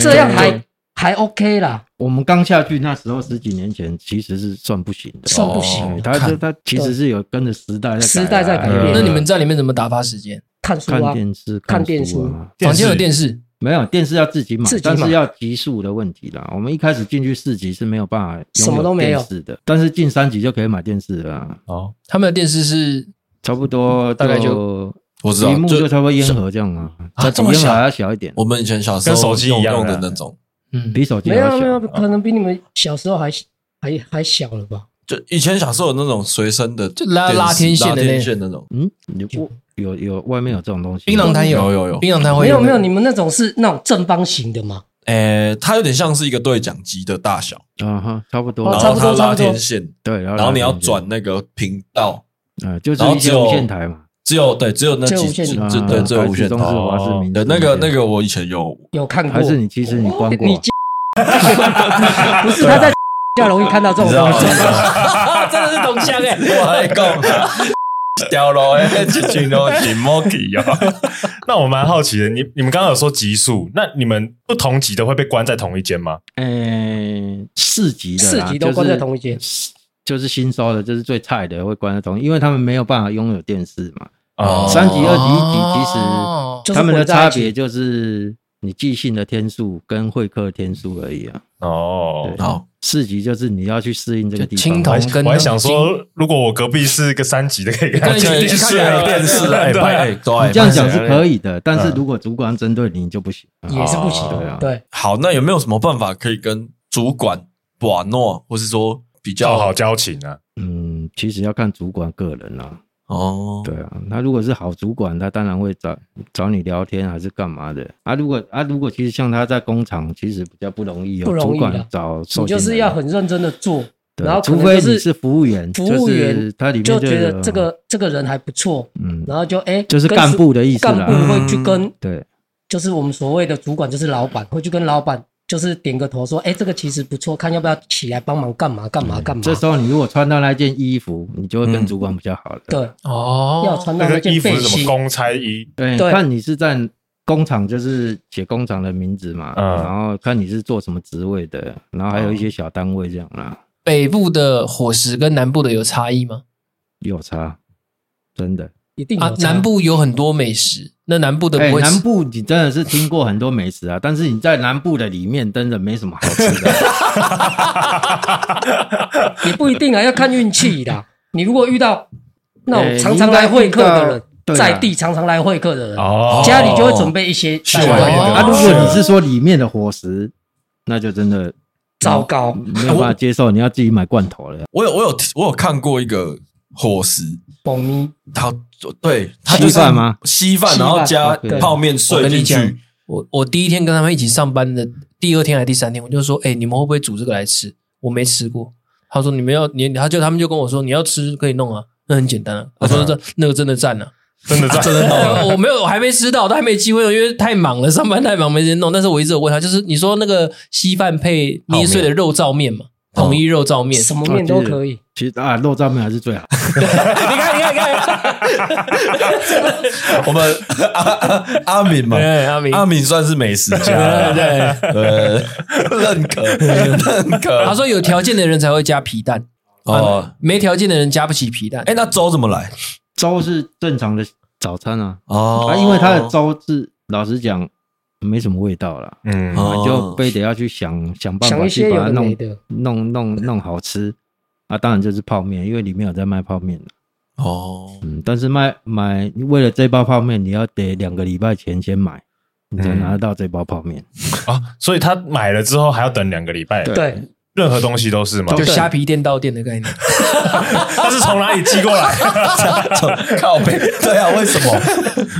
Speaker 5: 这样还还 OK 啦，
Speaker 4: 我们刚下去那时候十几年前，其实是算不行的。
Speaker 5: 算不行。
Speaker 1: 哦
Speaker 4: 哎他这他其实是有跟着时代在改啊
Speaker 5: 时代在改变
Speaker 4: 哎
Speaker 3: 那你们在里面怎么打发时间？
Speaker 5: 看书
Speaker 4: 看
Speaker 5: 啊，
Speaker 4: 电视、
Speaker 5: 看电视
Speaker 4: 书啊，
Speaker 3: 房间有电视，
Speaker 4: 没有电视要自己买
Speaker 5: 自，己买
Speaker 4: 但是要级数的问题啦。我们一开始进去四级是没有办法
Speaker 5: 什么都没有
Speaker 4: 有的，但是进三级就可以买电视了啊，
Speaker 2: 哦，
Speaker 3: 他们的电视是
Speaker 4: 差不多
Speaker 3: 大概
Speaker 4: 就
Speaker 1: 我知道
Speaker 4: 屏幕
Speaker 1: 嗯就
Speaker 4: 就差不多烟盒这样啊，
Speaker 1: 啊这
Speaker 4: 比
Speaker 1: 么
Speaker 4: 烟盒
Speaker 1: 小哦
Speaker 4: 还要小一点，
Speaker 1: 我们以前小时候
Speaker 2: 跟手机一样啊
Speaker 1: 用的那种，
Speaker 3: 嗯
Speaker 4: 比手机
Speaker 5: 没
Speaker 4: 还要
Speaker 5: 有没
Speaker 4: 小啊
Speaker 5: 有，。可能比你们小时候还还还小了吧？
Speaker 1: 就以前小时候有那种随身的，
Speaker 3: 就拉拉天线的那
Speaker 1: 拉天线那种。
Speaker 4: 嗯，你我有有外面有这种东西，
Speaker 3: 槟榔摊
Speaker 1: 有有有
Speaker 3: 槟榔摊会
Speaker 5: 没有没有，
Speaker 3: 那个
Speaker 5: 你们那种是那种正方形的嘛？
Speaker 1: 诶，它有点像是一个对讲机的大小，
Speaker 4: 啊哈，差不多
Speaker 5: 哦，
Speaker 1: 然
Speaker 5: 差
Speaker 1: 后
Speaker 5: 不多
Speaker 1: 它拉
Speaker 5: 差不多
Speaker 1: 天线，
Speaker 4: 对，然
Speaker 1: 然后你要
Speaker 4: 来
Speaker 1: 转那个频道，
Speaker 4: 啊，就是
Speaker 1: 然后
Speaker 4: 一
Speaker 1: 只
Speaker 4: 些
Speaker 1: 有
Speaker 4: 无线台嘛，
Speaker 1: 只有对，只有那
Speaker 5: 只有
Speaker 1: 几
Speaker 5: 无线
Speaker 1: 只
Speaker 4: 啊
Speaker 1: 只对，只有无线
Speaker 4: 台式中式
Speaker 1: 台。
Speaker 4: 华
Speaker 2: 哦
Speaker 4: 视民
Speaker 1: 对，
Speaker 4: 视
Speaker 1: 那个
Speaker 4: 无线
Speaker 1: 那个我以前有，
Speaker 5: 有看过？
Speaker 4: 还是你其实你光过啊
Speaker 5: 哦你 [LAUGHS] 不是他在
Speaker 4: [LAUGHS]
Speaker 5: 比较容易看到这
Speaker 1: 你
Speaker 5: 种
Speaker 1: 知道
Speaker 5: 东
Speaker 1: 吗？
Speaker 3: [LAUGHS]
Speaker 5: 西。
Speaker 3: 真的是同乡哎，
Speaker 1: 我还讲啊掉了，哎，几群都是 Monkey 啊，
Speaker 2: 那我蛮好奇的，你你们刚刚有说级数，那你们不同级的会被关在同一间吗？
Speaker 4: 呃，四级的啦
Speaker 5: 四级都关在同一间，
Speaker 4: 就是哦就是新收的，就是最菜的会关在同一，因为他们没有办法拥有电视嘛。
Speaker 1: 哦
Speaker 4: 三级、二级、一级，其实、
Speaker 3: 哦
Speaker 5: 就是
Speaker 4: 他们的
Speaker 5: 混在
Speaker 4: 差
Speaker 5: 一起
Speaker 4: 别就是你寄信的天数跟会客天数而已啊。
Speaker 2: 哦，
Speaker 1: 好，
Speaker 4: 四级就是你要去适应这个地
Speaker 3: 就青
Speaker 4: 方
Speaker 2: 我
Speaker 3: 铜
Speaker 4: 嘛，
Speaker 2: 还
Speaker 3: 跟
Speaker 2: 我还想说，如果我隔壁是个三级的，可以跟他
Speaker 3: 对
Speaker 2: 进
Speaker 3: 你
Speaker 2: 电
Speaker 3: 去
Speaker 2: 视
Speaker 3: 看
Speaker 2: 啊，哦
Speaker 3: 啊
Speaker 1: 电视哎，
Speaker 2: [LAUGHS] 对
Speaker 1: 拜哎，对，
Speaker 4: 你这样讲
Speaker 1: 拜
Speaker 4: 是可以的，但是
Speaker 2: 嗯
Speaker 4: 如果主管针对你，你就不行。
Speaker 5: 也是不行
Speaker 4: 对啊
Speaker 5: 的。嗯哦对，
Speaker 1: 好，那有没有什么办法可以跟主管把诺，或是说比较
Speaker 3: 哦
Speaker 2: 较好交情啊。
Speaker 4: 嗯，其实要看主管个人啦、
Speaker 1: 哦？
Speaker 4: 对啊，他如果是好主管，他当然会找找你聊天还是干嘛的啊。如果啊，如果其实像他在工厂，其实比较不容易有
Speaker 5: 不容易
Speaker 4: 主管
Speaker 5: 啦
Speaker 4: 找
Speaker 5: 你
Speaker 4: 受
Speaker 5: 就
Speaker 4: 训
Speaker 5: 是
Speaker 4: 的
Speaker 5: 要
Speaker 4: 人，
Speaker 5: 很认真的做，
Speaker 4: 对啊
Speaker 5: 然后可
Speaker 4: 除
Speaker 5: 能
Speaker 4: 非
Speaker 5: 就
Speaker 4: 你是服务员，
Speaker 5: 服
Speaker 4: 就
Speaker 5: 务员
Speaker 4: 是，他里面
Speaker 5: 就
Speaker 4: 就
Speaker 5: 觉
Speaker 4: 有
Speaker 5: 得这个这个人还不错，
Speaker 4: 嗯，
Speaker 5: 然后就哎，
Speaker 4: 就是
Speaker 5: 跟
Speaker 4: 干
Speaker 5: 主
Speaker 4: 部的意思
Speaker 5: 干
Speaker 4: 啦嗯
Speaker 5: 部。会去跟，
Speaker 4: 对
Speaker 5: 就是我们所谓的主管，就是老板会去跟老板，就是点个头说，哎，这个其实不错，看要不要起来帮忙干嘛干嘛干嘛。
Speaker 4: 嗯
Speaker 5: 嗯
Speaker 4: 这时候你如果穿到那件衣服，你就会跟主管比较好的。
Speaker 5: 对，
Speaker 3: 哦，
Speaker 5: 要穿到
Speaker 2: 那
Speaker 5: 那
Speaker 2: 个
Speaker 5: 件
Speaker 2: 衣服
Speaker 5: 背
Speaker 2: 是什么
Speaker 5: 心，
Speaker 2: 公差衣？
Speaker 4: 对，
Speaker 5: 对
Speaker 4: 看你是在工厂，就是写工厂的名字嘛，
Speaker 2: 嗯
Speaker 4: 然后看你是做什么职位的，然后还有一些小单位这样啦，
Speaker 3: 北部的伙食跟南部的有差异吗？
Speaker 4: 有差，真的。
Speaker 5: 一定有
Speaker 3: 啊，
Speaker 5: 差
Speaker 3: 南部有很多美食，那南部的
Speaker 4: 哎、
Speaker 3: 不会吃
Speaker 4: 南部你真的是听过很多美食啊，但是你在南部的里面真的没什么好吃的。
Speaker 5: 也不一定啊，要看运气啦。你如果遇到那
Speaker 4: 哎
Speaker 5: 种常常来会客的
Speaker 4: 你应该遇
Speaker 5: 人
Speaker 4: 到，对啊
Speaker 5: 在地常常来会客的人，
Speaker 2: 哦
Speaker 5: 家里就会准备一些
Speaker 2: 是
Speaker 5: 来
Speaker 2: 我
Speaker 5: 会
Speaker 2: 也
Speaker 5: 客
Speaker 2: 有
Speaker 4: 啊，如果你是说里面的伙食，那就真的
Speaker 5: 糟糕，
Speaker 4: 没有办法接受，你要自己买罐头了。
Speaker 1: 我有我有我有看过一个伙食，
Speaker 5: 蒙咪
Speaker 1: 他对他就
Speaker 4: 稀
Speaker 1: 是
Speaker 4: 饭吗
Speaker 1: 稀饭，
Speaker 5: 稀
Speaker 1: 然
Speaker 5: 饭
Speaker 1: 后加
Speaker 4: 对
Speaker 1: 泡面
Speaker 3: 我
Speaker 1: 碎
Speaker 3: 跟你
Speaker 1: 进
Speaker 3: 讲
Speaker 1: 去，，
Speaker 3: 我我第一天跟他们一起上班的第二天还是第三天，我就说，哎、你们会不会煮这个来吃？我没吃过。他说你们要你，他就他们就跟我说你要吃可以弄啊，那很简单
Speaker 4: [LAUGHS]
Speaker 3: 啊。我说这那个真的赞啊，
Speaker 2: 真的真的
Speaker 4: 哦
Speaker 3: [LAUGHS] 我我没有我还没吃到，都还没机会，因为太忙了，上班太忙没时间弄。但是我一直有问他，就是你说那个稀饭配捏碎的肉燥面嘛，
Speaker 4: 哦
Speaker 1: 泡面
Speaker 3: 统一肉燥面，
Speaker 5: 什么面都可以。
Speaker 4: 其实啊，肉燥面还是最好。
Speaker 3: 你看，你看，你看，
Speaker 1: 我们 [LAUGHS] 阿阿阿敏嘛，
Speaker 3: 对，阿明，
Speaker 1: 阿敏算是美食
Speaker 3: 对
Speaker 1: 家，
Speaker 3: 对对，
Speaker 1: 呃，认可认
Speaker 3: 他
Speaker 1: 可。
Speaker 3: 说有条件的人才会加皮蛋，
Speaker 1: 哦，
Speaker 3: 没条件的人加不起皮蛋。
Speaker 1: 哎，那粥怎么来？
Speaker 4: 粥是正常的早餐啊，
Speaker 1: 哦
Speaker 4: 啊，因为它的粥是老实讲没什么味道啦，
Speaker 2: 嗯
Speaker 1: 哦
Speaker 4: 你就非得要去想想办
Speaker 5: 想
Speaker 4: 法
Speaker 5: 一些
Speaker 4: 去
Speaker 5: 有
Speaker 4: 把它
Speaker 5: 的
Speaker 4: 弄
Speaker 5: 没的，
Speaker 4: 弄弄弄好吃。啊，当然就是泡面，因为里面有在卖泡面的。啊
Speaker 1: 哦， [LAUGHS]
Speaker 4: 嗯，但是卖买为了这包泡面，你要得两个礼拜前先买，你
Speaker 5: 嗯
Speaker 4: 才拿得到这包泡面。
Speaker 2: 啊，所以他买了之后还要等两个礼拜，
Speaker 5: 对，
Speaker 2: 任何东西都是吗
Speaker 3: 就？
Speaker 4: 对
Speaker 3: 虾皮店到店的概念，
Speaker 2: 他是从哪里寄过来？ [LAUGHS]
Speaker 1: 靠背，对啊，为什么？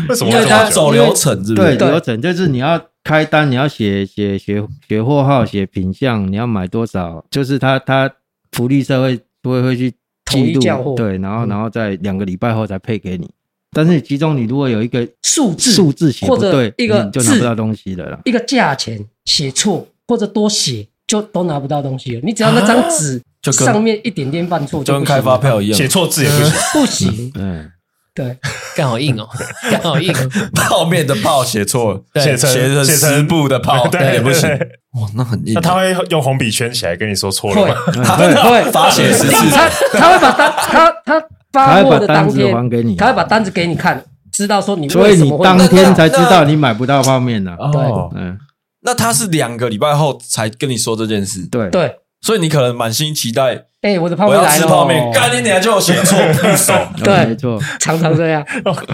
Speaker 2: 为什么
Speaker 1: 因
Speaker 2: 会
Speaker 1: 为
Speaker 2: 这
Speaker 1: 他
Speaker 2: 么久？
Speaker 1: 走流程，是不
Speaker 4: 对，
Speaker 1: 是？
Speaker 4: 流程就是你要开单，你要写写写写货号、写品相，你要买多少，就是他他福利社会会会去
Speaker 5: 统
Speaker 4: 记
Speaker 5: 一叫
Speaker 4: 录，
Speaker 5: 货嗯
Speaker 4: 对，然后然后在两个礼拜后才配给你。但是其中你如果有一个
Speaker 5: 数字
Speaker 4: 数字写不
Speaker 5: 或者
Speaker 4: 对，
Speaker 5: 一个
Speaker 4: 你就拿不
Speaker 5: 字
Speaker 4: 到东西了啦。
Speaker 5: 一个价钱写错或者多写，就都拿不到东西了。你只要那张纸
Speaker 1: 就跟
Speaker 5: 上面一点点犯
Speaker 1: 就
Speaker 5: 错，就
Speaker 1: 跟
Speaker 5: 不行
Speaker 1: 开
Speaker 5: 了
Speaker 1: 发票一样，
Speaker 2: 写错字也不行，
Speaker 4: [LAUGHS]
Speaker 5: 不行。
Speaker 4: 嗯，
Speaker 5: [LAUGHS] 对，
Speaker 3: 干好硬哦，干好硬哦。
Speaker 1: 泡面的泡写错 [LAUGHS] 了，
Speaker 3: 对
Speaker 2: 写成
Speaker 1: 写成
Speaker 2: 写成
Speaker 1: 十步的泡
Speaker 2: [LAUGHS] 对
Speaker 1: 哦也不行。
Speaker 2: 对
Speaker 1: 哇，那很硬
Speaker 2: [LAUGHS] 那
Speaker 1: [LAUGHS]
Speaker 2: 他会用红笔圈起来跟你说错
Speaker 5: 会
Speaker 2: 了吗？
Speaker 4: 嗯对，
Speaker 5: 会
Speaker 2: [LAUGHS]
Speaker 1: 发写十次，
Speaker 5: 他他会把单他他发
Speaker 4: 他
Speaker 5: 货
Speaker 4: 会
Speaker 5: 的
Speaker 4: 把
Speaker 5: 当
Speaker 4: 单子
Speaker 5: 天
Speaker 4: 还给你，
Speaker 5: 他会把单子给你看，知道说你
Speaker 4: 所
Speaker 5: 为
Speaker 4: 以
Speaker 5: 什
Speaker 4: 你
Speaker 5: 么会
Speaker 4: 当
Speaker 5: 买
Speaker 4: 天才知
Speaker 1: 那
Speaker 4: 道你买不到泡面了。
Speaker 2: 哦，
Speaker 4: 嗯，
Speaker 1: 那他是两个礼拜后才跟你说这件事，
Speaker 4: 对。
Speaker 5: 对。
Speaker 1: 所以你可能满心期待
Speaker 5: 哎，我的泡
Speaker 1: 我
Speaker 5: 面
Speaker 1: 要
Speaker 5: 来
Speaker 1: 吃
Speaker 5: 了，
Speaker 1: 泡面，干你娘就有写 [LAUGHS] 错，
Speaker 2: [LAUGHS]
Speaker 1: 不爽。
Speaker 5: 对
Speaker 4: 没错，
Speaker 5: 常常这样，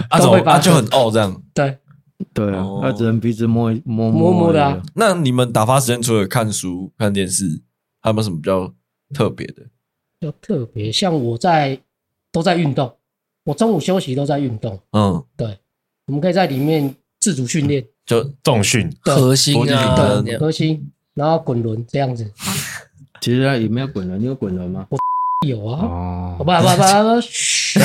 Speaker 1: 啊，怎
Speaker 5: 都
Speaker 1: 么
Speaker 5: 会发
Speaker 1: 啊
Speaker 5: 生
Speaker 1: 就很哦这样。
Speaker 5: 对，
Speaker 4: 对啊
Speaker 1: 哦，
Speaker 4: 他只能鼻子摸一摸
Speaker 5: 摸摸的啊
Speaker 4: 而已
Speaker 1: 那你们打发时间除了看书、看电视，还有没有什么比较特别的？
Speaker 5: 就特别像我在都在运动，我中午休息都在运动，
Speaker 1: 嗯，
Speaker 5: 我们可以在里面自主训练，
Speaker 1: 就
Speaker 2: 重训
Speaker 5: 对
Speaker 3: 核心啊
Speaker 1: 嗯，
Speaker 3: 对
Speaker 5: 核心，然后滚轮这样子，
Speaker 4: 其实他也没有滚轮，你有滚轮吗？
Speaker 5: 有啊，好
Speaker 4: 哦，
Speaker 5: 吧，好吧，好吧好吧，嘘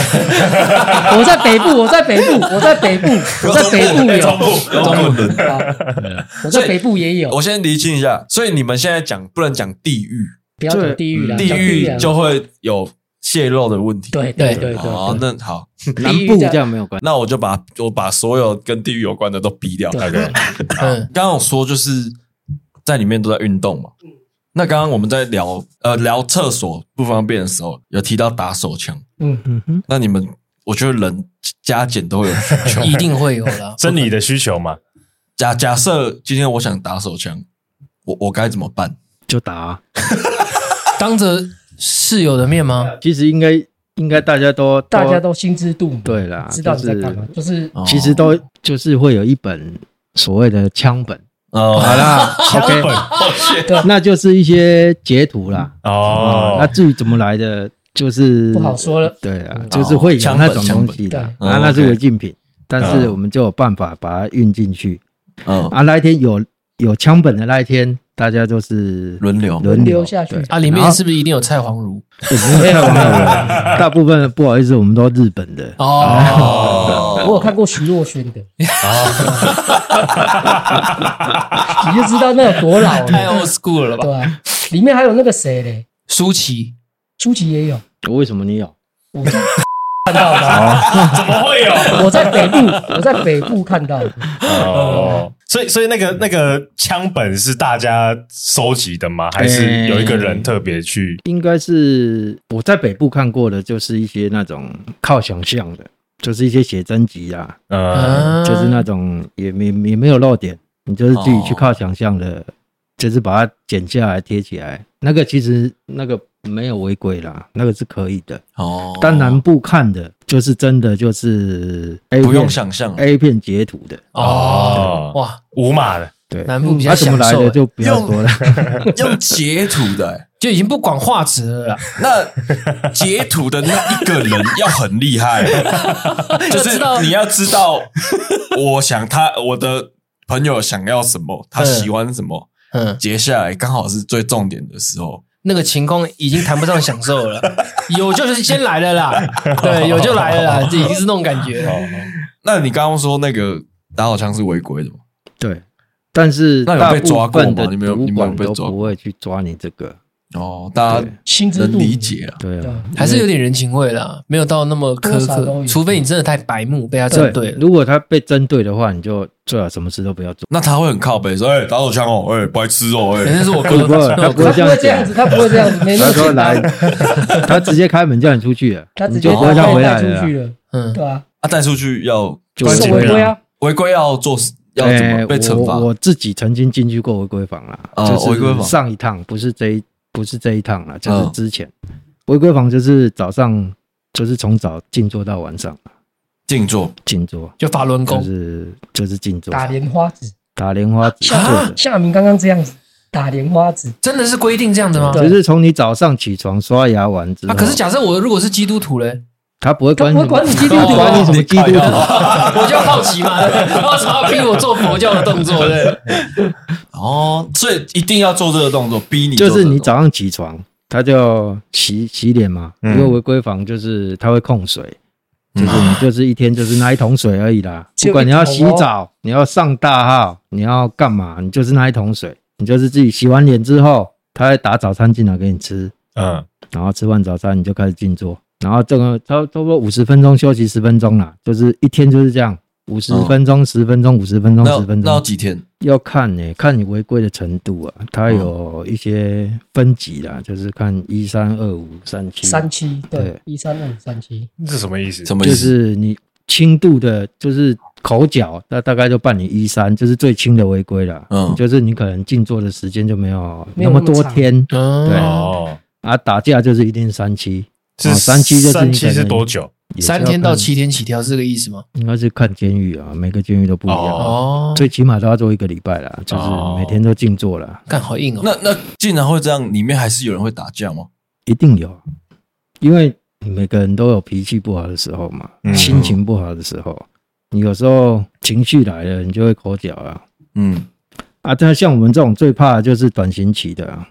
Speaker 5: 我在北部，我在北部，我在北部，我在北部有
Speaker 2: 中部
Speaker 1: 有
Speaker 5: 中部啊，我在北部也有，
Speaker 1: 我先厘清一下，所以你们现在讲不能讲地狱，
Speaker 5: 不要讲地狱啦，
Speaker 1: 地
Speaker 5: 讲
Speaker 1: 狱
Speaker 5: 啊
Speaker 1: 就会有泄露的问题。
Speaker 5: 对对对对
Speaker 1: 哦，
Speaker 5: 对，
Speaker 1: 那好，
Speaker 4: 南
Speaker 5: 地狱
Speaker 4: 部
Speaker 5: 在
Speaker 4: 这样没有关系。
Speaker 1: 那我就把我把所有跟地狱有关的都逼掉。
Speaker 5: 对
Speaker 2: ，OK，
Speaker 3: 嗯，。
Speaker 1: 刚刚有说就是在里面都在运动嘛。那刚刚我们在聊呃聊厕所不方便的时候，有提到打手枪。
Speaker 5: 嗯
Speaker 4: 嗯哼，
Speaker 1: 那你们，我觉得人加减都会有 [LAUGHS] 需求
Speaker 3: 一定会有
Speaker 2: [LAUGHS]
Speaker 3: 啦。
Speaker 2: 真理的需求嘛，
Speaker 1: 假假设今天我想打手枪，我我该怎么办？
Speaker 4: 就打啊。
Speaker 3: 当着室友的面吗？
Speaker 4: 其实应该应该大家都
Speaker 5: 大家都心知肚明，
Speaker 4: 对啦，
Speaker 5: 知道你在
Speaker 4: 就是
Speaker 5: 干嘛，就是
Speaker 1: 哦
Speaker 4: 其实都就是会有一本所谓的枪本，
Speaker 1: 哦，
Speaker 4: 好
Speaker 5: 啊
Speaker 4: 啦，OK，那就是一些截图啦。
Speaker 2: 哦，
Speaker 4: 那至于怎么来的，就是
Speaker 5: 不好说了。嗯
Speaker 4: 对啊，就是会有那种东西的
Speaker 5: 枪
Speaker 1: 本
Speaker 4: 啊，那是
Speaker 1: 哦，OK 啊
Speaker 4: 违禁品，但是我们就有办法把它运进去。
Speaker 1: 嗯
Speaker 4: 啊，那一天有有枪本的那一天，大家就是
Speaker 1: 轮流
Speaker 4: 轮
Speaker 5: 流
Speaker 4: 流
Speaker 5: 下去
Speaker 4: 对
Speaker 3: 啊，里面是不是一定有菜黄乳？
Speaker 4: 也不是太网
Speaker 1: [LAUGHS]
Speaker 4: 友，大部分不好意思，我们都日本的。
Speaker 3: 哦，
Speaker 5: 我有看过徐若瑄的， [LAUGHS] 你就知道那有多老
Speaker 3: [LAUGHS] 太
Speaker 5: 了，
Speaker 3: old school 了吧
Speaker 5: 对？吧？里面还有那个谁嘞，
Speaker 3: 舒淇，
Speaker 5: 舒淇也有，
Speaker 4: 我为什么你有？
Speaker 5: 我看到的啊，
Speaker 2: 怎么会有？
Speaker 5: 我在北部，我在北部看到的，
Speaker 2: 哦，所以所以那个那个枪本是大家收集的吗？还是有一个人特别去？
Speaker 4: 应该是我在北部看过的，就是一些那种靠想象的，就是一些写真集啊，
Speaker 2: 呃，
Speaker 1: 嗯
Speaker 4: 就是
Speaker 3: 啊
Speaker 4: 那种也没也没有露点，你就是自己去靠想象的，
Speaker 1: 哦
Speaker 4: 就是把它剪下来贴起来。那个其实那个没有违规啦，那个是可以的。
Speaker 1: 哦，
Speaker 4: 但南部看的就是真的就是 A
Speaker 1: 不用
Speaker 4: 片
Speaker 1: 想象，
Speaker 4: A 片截图的，
Speaker 2: 哦
Speaker 3: 哇，
Speaker 2: 五码的，
Speaker 4: 对，
Speaker 3: 南部比
Speaker 4: 它
Speaker 3: 较
Speaker 4: 怎么
Speaker 3: 享
Speaker 4: 来
Speaker 3: 受
Speaker 4: 的
Speaker 3: 欸，
Speaker 4: 就不要说了。
Speaker 1: 用截图的欸、
Speaker 3: 就已经不管画质了啦，
Speaker 1: 那截图的那一个人要很厉 [LAUGHS] 害，就是你要知道，我想他我的朋友想要什么，他喜欢什么，
Speaker 3: 嗯，
Speaker 1: 截下来刚好是最重点的时候。
Speaker 3: 那个情况已经谈不上享受
Speaker 4: [LAUGHS]
Speaker 3: 了，有就是先来了啦，对，有就来了啦，这已经是那种感觉
Speaker 4: 哦
Speaker 3: 了。
Speaker 1: 那你刚刚说那个打火枪是违规的吗？
Speaker 4: [LAUGHS] 对，但是
Speaker 1: 那有
Speaker 4: 大
Speaker 1: 被抓
Speaker 4: 部
Speaker 1: 过
Speaker 4: 分
Speaker 1: 吗
Speaker 4: 的
Speaker 1: 你们有
Speaker 4: 主
Speaker 1: 你们有
Speaker 4: 管
Speaker 1: 被
Speaker 4: 都
Speaker 1: 抓
Speaker 4: 不会去抓你这个，
Speaker 1: 哦，大家
Speaker 5: 心知肚
Speaker 1: 能
Speaker 5: 明
Speaker 1: 理解了。
Speaker 4: 对啊，
Speaker 3: 还是有点人情味啦，没有到那么苛
Speaker 5: 多少都
Speaker 3: 刻，
Speaker 5: 有
Speaker 3: 除非你真的太白目被他针对
Speaker 4: 对
Speaker 3: 了。
Speaker 4: 如果他被针对的话，你就最好什么事都不要做。
Speaker 1: 那他会很靠背说：“哎、打手枪哦，哎、白痴哦，哎、
Speaker 3: 人家是我哥，
Speaker 4: 不会，他不会
Speaker 5: 他不
Speaker 4: 这样
Speaker 5: 会这样
Speaker 4: 讲
Speaker 5: 子，。 [LAUGHS] 他不会这样子，没那
Speaker 4: 他
Speaker 5: 么
Speaker 4: 说
Speaker 5: 简
Speaker 4: 来
Speaker 5: 单，，
Speaker 4: [LAUGHS] 他直接开门叫你出去了，
Speaker 5: 他直
Speaker 4: 你
Speaker 5: 接
Speaker 4: 就不会再
Speaker 5: 把
Speaker 4: 回
Speaker 5: 带
Speaker 4: 来啊
Speaker 5: 出去
Speaker 4: 了。
Speaker 5: 了，
Speaker 3: 嗯
Speaker 5: 对，吧？
Speaker 1: 啊，带出去要
Speaker 4: 就
Speaker 5: 受违规啊，
Speaker 1: 违规要做要怎么
Speaker 4: 哎
Speaker 1: 被惩罚
Speaker 4: 我？我自己曾经进去过违规房啦，
Speaker 1: 哦
Speaker 4: 就是
Speaker 1: 违规房
Speaker 4: 上一趟不是这一不是这一趟啦，就是
Speaker 1: 嗯
Speaker 4: 之前违规房就是早上就是从早静坐到晚上
Speaker 1: 静坐
Speaker 4: 静坐，
Speaker 3: 就法轮
Speaker 4: 就
Speaker 3: 功，
Speaker 4: 是就是静坐
Speaker 5: 打莲花啊指，
Speaker 4: 打莲花指坐
Speaker 5: 夏
Speaker 4: 着，
Speaker 5: 夏明刚刚这样子打莲花指，
Speaker 3: 真的是规定这样的吗？
Speaker 4: 就是从你早上起床刷牙完之后，
Speaker 3: 啊，可是假设我如果是基督徒
Speaker 4: [LAUGHS]
Speaker 3: 嘞，
Speaker 4: 他不会管你
Speaker 5: 他不会管你基督
Speaker 3: 徒
Speaker 4: 不管你什么基督
Speaker 1: 你靠啊
Speaker 4: 徒，
Speaker 3: 我就好奇嘛， [LAUGHS] 为什么要逼我做佛教的动作嘞？
Speaker 1: 哦，所以一定要做这个动作，逼你做
Speaker 4: 就是
Speaker 1: 这个
Speaker 4: 你
Speaker 1: 动作
Speaker 4: 早上起床，他就洗洗脸嘛，
Speaker 2: 嗯
Speaker 4: 因为违规房就是他会控水，就是你就是一天就是那一桶水而已啦，
Speaker 5: 只有
Speaker 4: 不管你要洗
Speaker 5: 一桶哦
Speaker 4: 澡，你要上大号，你要干嘛，你就是那一桶水，你就是自己洗完脸之后，他会打早餐进来给你吃，
Speaker 2: 嗯，
Speaker 4: 然后吃完早餐你就开始静坐，然后这个差差不多五十分钟休息十分钟啦，就是一天就是这样，五十
Speaker 1: 哦
Speaker 4: 分钟十分钟五十分钟
Speaker 1: 那
Speaker 4: 十分
Speaker 1: 那要
Speaker 4: 钟，
Speaker 1: 几天？
Speaker 4: 要看呢、看你违规的程度啊，它有一些分级啦，就是看一三二五三七，啊
Speaker 5: 三七对
Speaker 4: 对，
Speaker 5: 一三二五三七，
Speaker 2: 这什么意思？
Speaker 1: 什么意
Speaker 4: 就
Speaker 1: 思？
Speaker 4: 是你轻度的，就是口角，那大概就办你一三，就是最轻的违规啦。
Speaker 1: 嗯
Speaker 4: 就是你可能静坐的时间就没有
Speaker 5: 没有那
Speaker 4: 么
Speaker 5: 么
Speaker 4: 多
Speaker 5: 长
Speaker 4: 天
Speaker 3: 嗯
Speaker 4: 对，
Speaker 2: 哦，
Speaker 4: 啊，打架就是一定三七，
Speaker 2: 是
Speaker 4: 哦三期就是
Speaker 2: 三
Speaker 4: 你
Speaker 2: 期
Speaker 4: 可
Speaker 2: 是
Speaker 4: 能
Speaker 2: 多久？
Speaker 4: 也是要
Speaker 3: 三天到
Speaker 4: 看，
Speaker 3: 七天起跳是这个意思吗？
Speaker 4: 应该是看监狱啊，每个监狱都不一样，啊
Speaker 3: 哦，
Speaker 4: 最起码都要做一个礼拜啦，就是
Speaker 2: 哦
Speaker 4: 每天都静坐啦，
Speaker 3: 干好硬哦。
Speaker 1: 那那竟然会这样，里面还是有人会打架吗？
Speaker 4: 一定有，因为每个人都有脾气不好的时候嘛，
Speaker 2: 嗯
Speaker 4: 心情不好的时候，你有时候情绪来了，你就会口角啊。
Speaker 1: 嗯，
Speaker 4: 啊，但像我们这种最怕的就是短刑期的啊，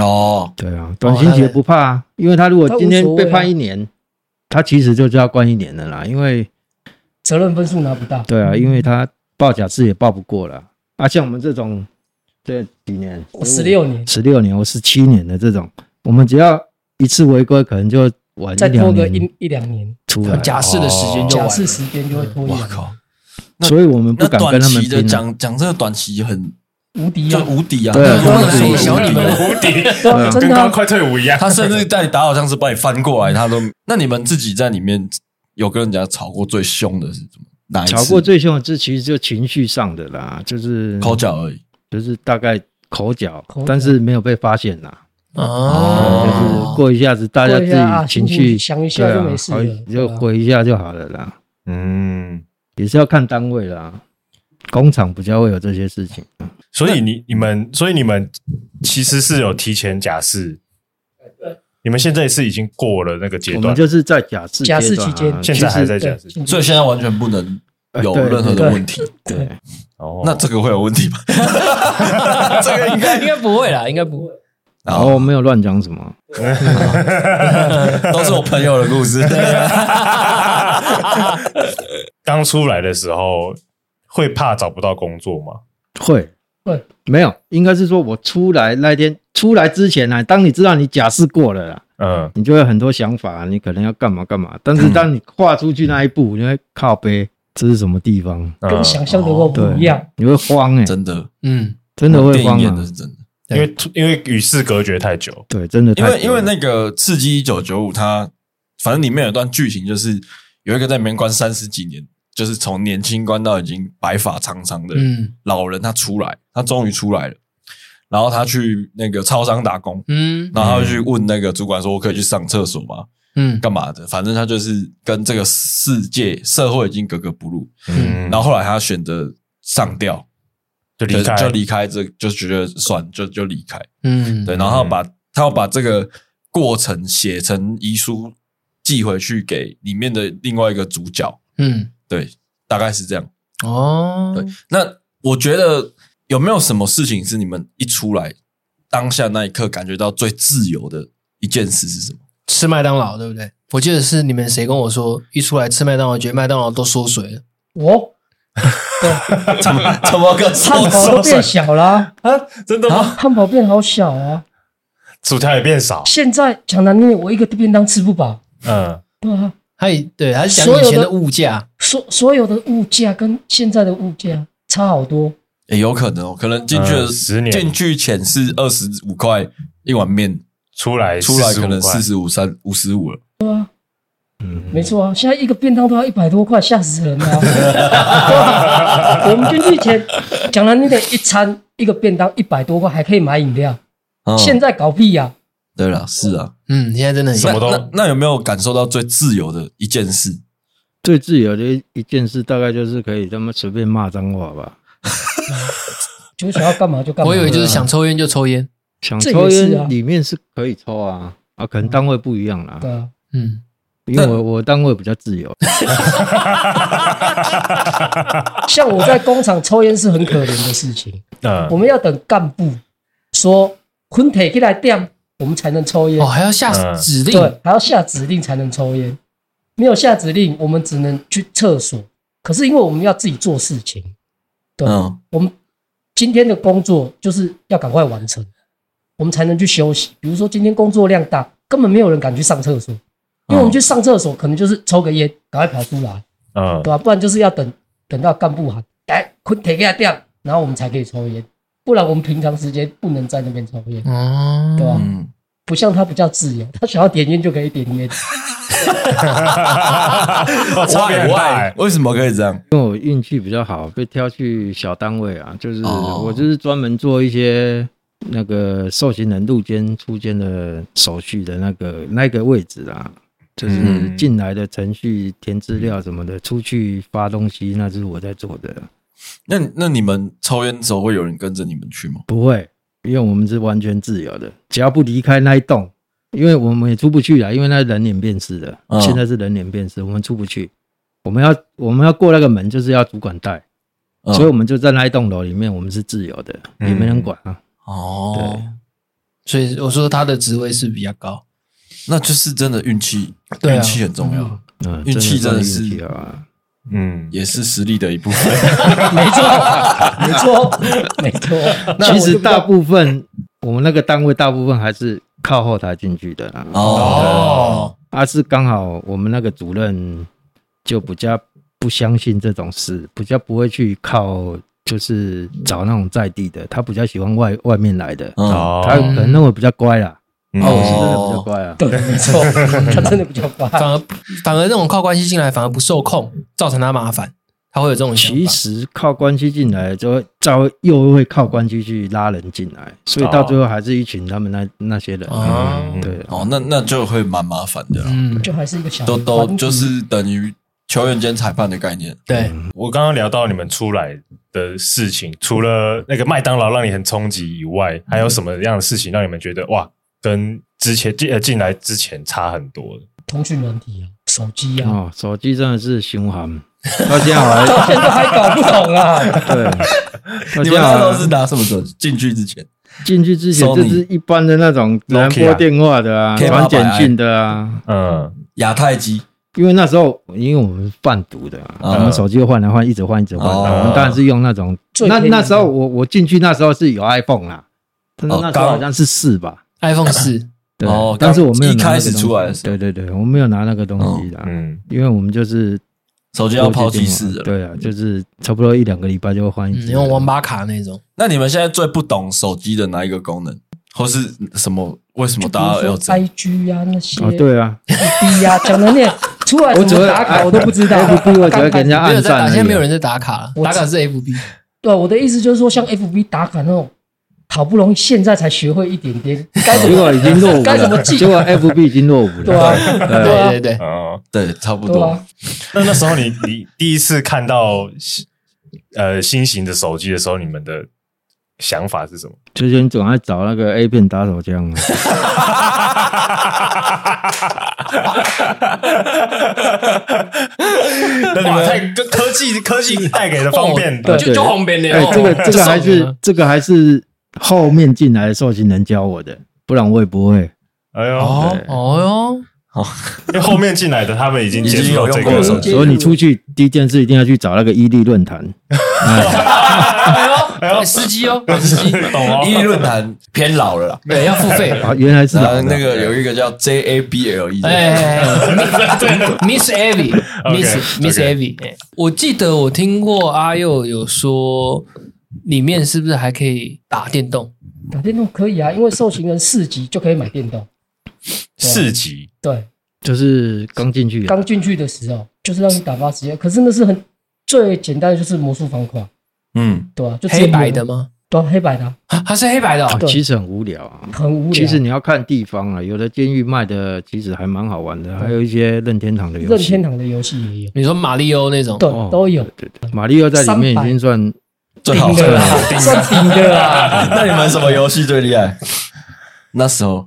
Speaker 1: 哦，
Speaker 4: 对啊，短刑期的不怕啊，因为他如果今天
Speaker 5: 啊
Speaker 4: 被判一年，他其实就是要关一年的啦，因为
Speaker 5: 责任分数拿不到，
Speaker 4: 对啊，因为他报假释也报不过啦。啊，像我们这种这几年
Speaker 5: 十六年，
Speaker 4: 哦十六年或十七年的这种，我们只要一次违规，可能就晚一
Speaker 5: 再拖
Speaker 4: 两
Speaker 5: 个一
Speaker 4: 年
Speaker 5: 一两年，
Speaker 4: 出来。
Speaker 3: 假释的时
Speaker 4: 哦
Speaker 3: 间就
Speaker 5: 假
Speaker 3: 完
Speaker 5: 释
Speaker 3: 了，
Speaker 5: 时间就会拖一
Speaker 1: 我
Speaker 5: 两年，
Speaker 1: 靠！那
Speaker 4: 所以我们不
Speaker 1: 那
Speaker 4: 敢
Speaker 1: 短
Speaker 4: 跟他们
Speaker 1: 期的
Speaker 4: 拼啊。
Speaker 1: 讲讲这个短期很
Speaker 5: 无敌
Speaker 1: 就
Speaker 5: 啊！
Speaker 1: 无敌啊！
Speaker 4: 对嗯啊
Speaker 1: 那个
Speaker 4: 就是
Speaker 1: 无敌
Speaker 4: 无敌
Speaker 3: 小你们
Speaker 2: 无敌，
Speaker 5: 对啊，真
Speaker 2: 跟
Speaker 5: 的
Speaker 2: 刚
Speaker 5: 啊
Speaker 2: 快退伍一样。
Speaker 1: 他甚至带打好像是把你翻过来，他都。那你们自己在里面有跟人家吵过最凶的是怎么？哪一次？
Speaker 4: 吵过最凶的，这其实就情绪上的啦，就是
Speaker 1: 口，角而已。
Speaker 4: 就是大概口角
Speaker 5: 口角，
Speaker 4: 但是没有被发现啦。
Speaker 3: 哦，
Speaker 4: 就是过一下子，大家
Speaker 5: 过
Speaker 4: 自
Speaker 5: 一下啊
Speaker 4: 己情
Speaker 5: 心
Speaker 4: 绪
Speaker 5: 情想一下就没事了
Speaker 4: 对啊好
Speaker 5: 对
Speaker 4: 就
Speaker 5: 吧
Speaker 4: 回一下就好了啦。
Speaker 2: 嗯，
Speaker 4: 也是要看单位啦，工厂比较会有这些事情。
Speaker 2: 所以你你们，所以你们其实是有提前假释，你们现在是已经过了那个阶
Speaker 4: 我
Speaker 2: 段
Speaker 4: 们，就是在假释
Speaker 5: 假
Speaker 4: 阶
Speaker 5: 释
Speaker 4: 段啊
Speaker 5: 期
Speaker 2: 现
Speaker 5: 间
Speaker 2: 在还在
Speaker 5: 对
Speaker 2: 假释。
Speaker 1: 所以现在完全不能有
Speaker 4: 呃对
Speaker 1: 任何的问题，
Speaker 4: 对，
Speaker 2: 哦，
Speaker 1: 那这个会有问
Speaker 4: [LAUGHS]
Speaker 1: 题吗？这个应该
Speaker 3: 应该不会啦，应该不会。
Speaker 1: 然
Speaker 4: 然后哦没有乱讲什么，
Speaker 1: 都是我朋友的故事。
Speaker 4: 啊
Speaker 2: [LAUGHS] 刚出来的时候会怕找不到工作吗？
Speaker 4: 会
Speaker 5: 会
Speaker 4: 没有，应该是说我出来那一天出来之前呢、当你知道你假释过了啦，
Speaker 2: 嗯，
Speaker 4: 你就会很多想法，你可能要干嘛干嘛，但
Speaker 1: 嗯
Speaker 4: 是当你跨出去那一步，你会靠背，这是什么地方？
Speaker 2: 嗯
Speaker 5: 跟想象的我
Speaker 4: 啊哦对
Speaker 5: 不一样。，
Speaker 4: 你会慌
Speaker 1: [LAUGHS]
Speaker 4: 哎、
Speaker 1: 真的，
Speaker 3: 嗯，
Speaker 4: 真的会
Speaker 1: 电影
Speaker 4: 慌、
Speaker 1: 演的
Speaker 4: 啊
Speaker 1: 是，真的，
Speaker 2: 因为因为与世隔绝太久，
Speaker 4: 对，真的
Speaker 1: 因
Speaker 4: 太
Speaker 1: 为因为
Speaker 4: 久了
Speaker 1: 那个《刺激一九九五》，它反正里面有一段剧情，就是有一个在里面关三十几年，就是从年轻关到已经白发苍苍的
Speaker 3: 嗯
Speaker 1: 老人，他出来，他终于出来了，然后他去那个超商打工。
Speaker 3: 嗯
Speaker 1: 然后他就去问那个主管说：“我可以去上厕所吗？
Speaker 3: 嗯
Speaker 1: 干嘛的？反正他就是跟这个世界社会已经格格不入。
Speaker 2: 嗯，
Speaker 1: 然后后来他选择上吊，
Speaker 2: 就
Speaker 1: 就
Speaker 2: 离开，
Speaker 1: 就离开这，就觉得算就就离开。
Speaker 3: 嗯，
Speaker 1: 对，然后他要把、他要把这个过程写成遗书，寄回去给里面的另外一个主角。
Speaker 3: 嗯
Speaker 1: 对，大概是这样。
Speaker 3: 哦，
Speaker 1: 对，那我觉得有没有什么事情是你们一出来当下那一刻感觉到最自由的一件事是什么？
Speaker 3: 吃麦当劳对不对？我记得是你们谁跟我说，一出来吃麦当劳，觉得麦当劳都缩水了。
Speaker 5: 我
Speaker 1: 怎么怎么个
Speaker 5: 汉
Speaker 1: 说
Speaker 5: 堡
Speaker 1: 说
Speaker 5: 都变小了啊，
Speaker 2: 真的吗？
Speaker 5: 汉堡变好小啊！
Speaker 2: 薯条也变少，
Speaker 5: 现在讲难听，我一个便当吃不饱。
Speaker 2: 嗯，
Speaker 5: 对啊，
Speaker 3: 他也对，他是
Speaker 5: 所
Speaker 3: 讲
Speaker 5: 有
Speaker 3: 以前
Speaker 5: 的
Speaker 3: 的物价，
Speaker 5: 所所有的物价跟现在的物价差好多。
Speaker 1: 也有可能哦，可能进去的
Speaker 2: 嗯10年
Speaker 1: 进去前是二十五块一碗面，
Speaker 2: 出来
Speaker 1: 出来
Speaker 2: 45
Speaker 1: 可能
Speaker 2: 块
Speaker 1: 四十五、三五十五了。
Speaker 5: 没错啊，现在一个便当都要一百多块，吓死人了、啊。我们进去前讲了，你得一餐一个便当一百多块，还可以买饮料。
Speaker 1: 嗯
Speaker 5: 现在搞屁呀、啊
Speaker 1: 对了，是啊，
Speaker 3: 嗯，现在真的很
Speaker 2: 什么都
Speaker 1: 那那那有没有感受到最自由的一件事？
Speaker 4: 最自由的一一件事，大概就是可以他妈随便骂脏话吧，
Speaker 5: 就想要干嘛就干嘛。啊
Speaker 3: 我以为就是想抽烟就抽烟，
Speaker 4: 想
Speaker 5: 这
Speaker 4: 抽
Speaker 5: 也是啊
Speaker 4: 烟里面是可以抽啊，啊，可能单位不一样啦，
Speaker 5: 对啊，
Speaker 3: 嗯，
Speaker 4: 因为我我单位比较自由，
Speaker 5: 像我在工厂抽烟是很可怜的事情，我
Speaker 2: 嗯，
Speaker 5: 们要等干部说捆腿起来点，我们才能抽烟
Speaker 3: 哦，。还要下
Speaker 2: 嗯
Speaker 3: 指令，
Speaker 5: 对，还要下指令才能抽烟，没有下指令，我们只能去厕所。可是因为我们要自己做事情，对，
Speaker 1: 嗯，
Speaker 5: 我们今天的工作就是要赶快完成，我们才能去休息。比如说今天工作量大，根本没有人敢去上厕所，因
Speaker 3: 嗯
Speaker 1: 嗯
Speaker 5: 为我们去上厕所可能就是抽个烟，赶快跑出来， [LAUGHS]
Speaker 2: 嗯 [LAUGHS]
Speaker 5: 对吧、不然就是要等等到干部喊哎来，捆铁给他掉，然后我们才可以抽烟。不然我们平常时间不能在那边抽烟，
Speaker 3: 哦，
Speaker 5: 对吧、
Speaker 1: [LAUGHS] 嗯，
Speaker 5: 不像他比较自由，他想要点烟就可以点
Speaker 4: [LAUGHS]
Speaker 5: 烟。
Speaker 2: 我差别很大欸
Speaker 1: Why？为什么可以这样？
Speaker 4: 因为我运气比较好，被挑去小单位啊，就是
Speaker 1: 哦
Speaker 4: 我就是专门做一些那个受刑人入监出监的手续的那个那个位置啊，就是
Speaker 2: 嗯
Speaker 4: 进来的程序填资料什么的，出去发东西那是我在做的，
Speaker 1: 那那你们抽烟的时候会有人跟着你们去吗？
Speaker 4: 不会，因为我们是完全自由的，只要不离开那一栋，因为我们也出不去啊了，因为那人脸辨识的，
Speaker 1: 嗯
Speaker 4: 现在是人脸辨识，我们出不去，我们要我们要过那个门就是要主管带。
Speaker 1: 嗯
Speaker 4: 所以我们就在那一栋楼里面，我们是自由的，
Speaker 2: 嗯
Speaker 4: 也没人管啊。
Speaker 1: 哦，
Speaker 3: 所以我说他的职位是比较高，
Speaker 1: 那就是真的运气，
Speaker 3: 对啊
Speaker 1: 运气很重要，
Speaker 4: 嗯，
Speaker 1: 运气真的是
Speaker 4: 运气啊，
Speaker 2: 嗯，
Speaker 1: 也是实力的一部分。 [LAUGHS]
Speaker 5: 没错，没错，没错。
Speaker 4: 其实大部分我们那个单位大部分还是靠后台进去的啊啦。
Speaker 1: 哦，
Speaker 4: 啊，是刚好我们那个主任就比较不相信这种事，比较不会去靠，就是找那种在地的，他比较喜欢外外面来的，
Speaker 1: 嗯，
Speaker 2: 哦，
Speaker 4: 他可能认为比较乖啦。
Speaker 2: 嗯
Speaker 1: 哦
Speaker 5: 哦
Speaker 4: 啊，我是真的比较乖啊。
Speaker 5: 对，没错，他真的比较棒。
Speaker 3: 反而反而那种靠关系进来反而不受控，造成他麻烦，他会有这种想法。
Speaker 4: 其实靠关系进来，就会照又会靠关系去拉人进来，所以到最后还是一群他们那那些人。
Speaker 3: 啊
Speaker 4: 嗯对，
Speaker 1: 哦，那那就会蛮麻烦的啦，
Speaker 3: 嗯，
Speaker 5: 就还是一个小
Speaker 1: 都
Speaker 5: 团
Speaker 1: 都
Speaker 5: 体
Speaker 1: 就是等于球员兼裁判的概念。
Speaker 3: 对，
Speaker 2: 我刚刚聊到你们出来的事情，除了那个麦当劳让你很冲击以外，还有什么样的事情让你们觉得哇，跟之前进呃进来之前差很多？
Speaker 5: 通讯软体啊，手机啊，
Speaker 1: 嗯 [LAUGHS]
Speaker 4: 哦，手机真的是凶悍，到现在我还
Speaker 5: 到现在还搞不懂啊！
Speaker 4: 对，
Speaker 1: 你们那时
Speaker 4: 到现在我
Speaker 1: 候
Speaker 4: 还
Speaker 1: 是拿什么手机进去之前？
Speaker 4: 啊进去之前
Speaker 1: Sony
Speaker 4: 就是一般的那种蓝波电话的啊，
Speaker 1: K800i
Speaker 4: 传简讯的啊，
Speaker 2: 嗯，
Speaker 1: 亚太机
Speaker 4: 因为那时候因为我们贩毒的啊，
Speaker 1: 啊
Speaker 4: 我们手机换来换，一直换一直换，
Speaker 1: 哦
Speaker 4: 我们当然是用那种。
Speaker 5: 最
Speaker 4: 那
Speaker 5: 便宜的
Speaker 4: 那时候我我进去那时候是有 iPhone 啦，但是
Speaker 1: 哦
Speaker 4: 那时
Speaker 1: 刚
Speaker 4: 候好像是四吧。
Speaker 3: iPhone 四，
Speaker 4: 对
Speaker 1: 哦，
Speaker 4: 但是我没有
Speaker 1: 刚
Speaker 4: 拿那个
Speaker 1: 一开始
Speaker 4: 东西
Speaker 1: 出来的时候
Speaker 4: 对对对，我没有拿那个东西啦，
Speaker 2: 嗯，
Speaker 4: 因为我们就是
Speaker 1: 手机要抛弃式的。
Speaker 4: 对啊，就是差不多一两个礼拜就会换一
Speaker 3: 嗯，
Speaker 4: 只。
Speaker 3: 用网吧卡那种，
Speaker 1: 那你们现在最不懂手机的哪一个功能，或是什么？为什么
Speaker 5: 就
Speaker 1: [LAUGHS]
Speaker 5: 比
Speaker 1: 大
Speaker 5: 如
Speaker 1: 家要
Speaker 5: 说
Speaker 1: 这样？
Speaker 5: IG 啊那些
Speaker 4: 哦，对啊，
Speaker 5: FB 啊，讲的那出来
Speaker 4: 我
Speaker 5: 怎
Speaker 4: 只会
Speaker 5: 么打卡我都不知道。啊
Speaker 4: FB 我只会给人家
Speaker 5: 刚开
Speaker 3: 没有
Speaker 5: 始
Speaker 4: 按
Speaker 3: 在打，
Speaker 4: 赞而已啊。
Speaker 3: 现在没有人在打卡了，
Speaker 5: 我
Speaker 3: 打卡是 FB，
Speaker 5: 对，啊我的意思就是说，像 FB 打卡那种，好不容易现在才学会一点点，该怎
Speaker 4: 结
Speaker 5: 么
Speaker 4: 果已经落伍
Speaker 5: 该怎么
Speaker 4: 了，
Speaker 5: 记
Speaker 4: 结果 FB 已经落伍了。
Speaker 5: 对啊，对啊
Speaker 3: 对对，对，
Speaker 2: 哦，
Speaker 1: 对，差不
Speaker 5: 对
Speaker 1: 多
Speaker 5: 啊。，
Speaker 2: 那那时候你你第一次看到新呃新型的手机的时候，你们的想法是什么？
Speaker 4: 之前总爱找那个 A 片打手枪啊，
Speaker 2: 那你们太科技科技带给的方便，
Speaker 4: 对
Speaker 3: 就就红边的，
Speaker 4: 哎，
Speaker 3: 哦
Speaker 4: 这个这个还
Speaker 3: 就送你
Speaker 4: 是
Speaker 3: 了
Speaker 4: 这个还是后面进来的受刑人教我的，不然我也不会。
Speaker 2: 哎呦，
Speaker 3: 哦哦
Speaker 2: 因为后面进来的他们已经接触到这
Speaker 1: 已经有用过
Speaker 2: 个
Speaker 1: 了，
Speaker 4: 所以你出去第一件事一定要去找那个伊利论坛，
Speaker 3: 哟，哎呦，司机哦，司机，
Speaker 2: 懂
Speaker 1: 一
Speaker 2: 哦，
Speaker 1: 论坛偏老了啦，
Speaker 3: 对，要付费，
Speaker 4: 啊，原来是
Speaker 1: 然
Speaker 4: 老
Speaker 1: 后
Speaker 4: 的
Speaker 1: 那个有一个叫 JABLE
Speaker 3: 哎
Speaker 1: E 的，
Speaker 3: 哎哎哎，Miss Abby，Miss
Speaker 2: OK，
Speaker 3: Miss
Speaker 2: OK
Speaker 3: Abby，哎我记得我听过阿佑有说，里面是不是还可以打电动？
Speaker 5: 打电动可以啊，因为受刑人四级就可以买电动。
Speaker 2: 四级
Speaker 5: 对，
Speaker 4: 就是刚进去啊，
Speaker 5: 刚进去的时候就是让你打发时间，可是那是很最简单的，就是魔术方块，
Speaker 1: 嗯，
Speaker 5: 对吧、就只有
Speaker 3: 黑白的
Speaker 5: 魔，
Speaker 3: 吗？
Speaker 5: 对啊、黑白的啊、
Speaker 3: 啊它是黑白的哦
Speaker 4: 啊，
Speaker 5: 对
Speaker 4: 其实很无聊啊。
Speaker 5: 很无聊。
Speaker 4: 其实你要看地方啊，有的监狱卖的其实还蛮好玩的，还有一些任天堂的游
Speaker 5: 任
Speaker 4: 戏
Speaker 5: 天，堂的游戏也有，
Speaker 3: 你说马里奥那种？
Speaker 5: 对，
Speaker 4: 哦
Speaker 5: 都有。
Speaker 4: 对对，马里奥在里面已经算
Speaker 1: 最好
Speaker 5: 的
Speaker 1: 了。
Speaker 4: 啊
Speaker 5: 啦，算顶的啊啦。
Speaker 1: 那你们什么游戏最厉害？那时候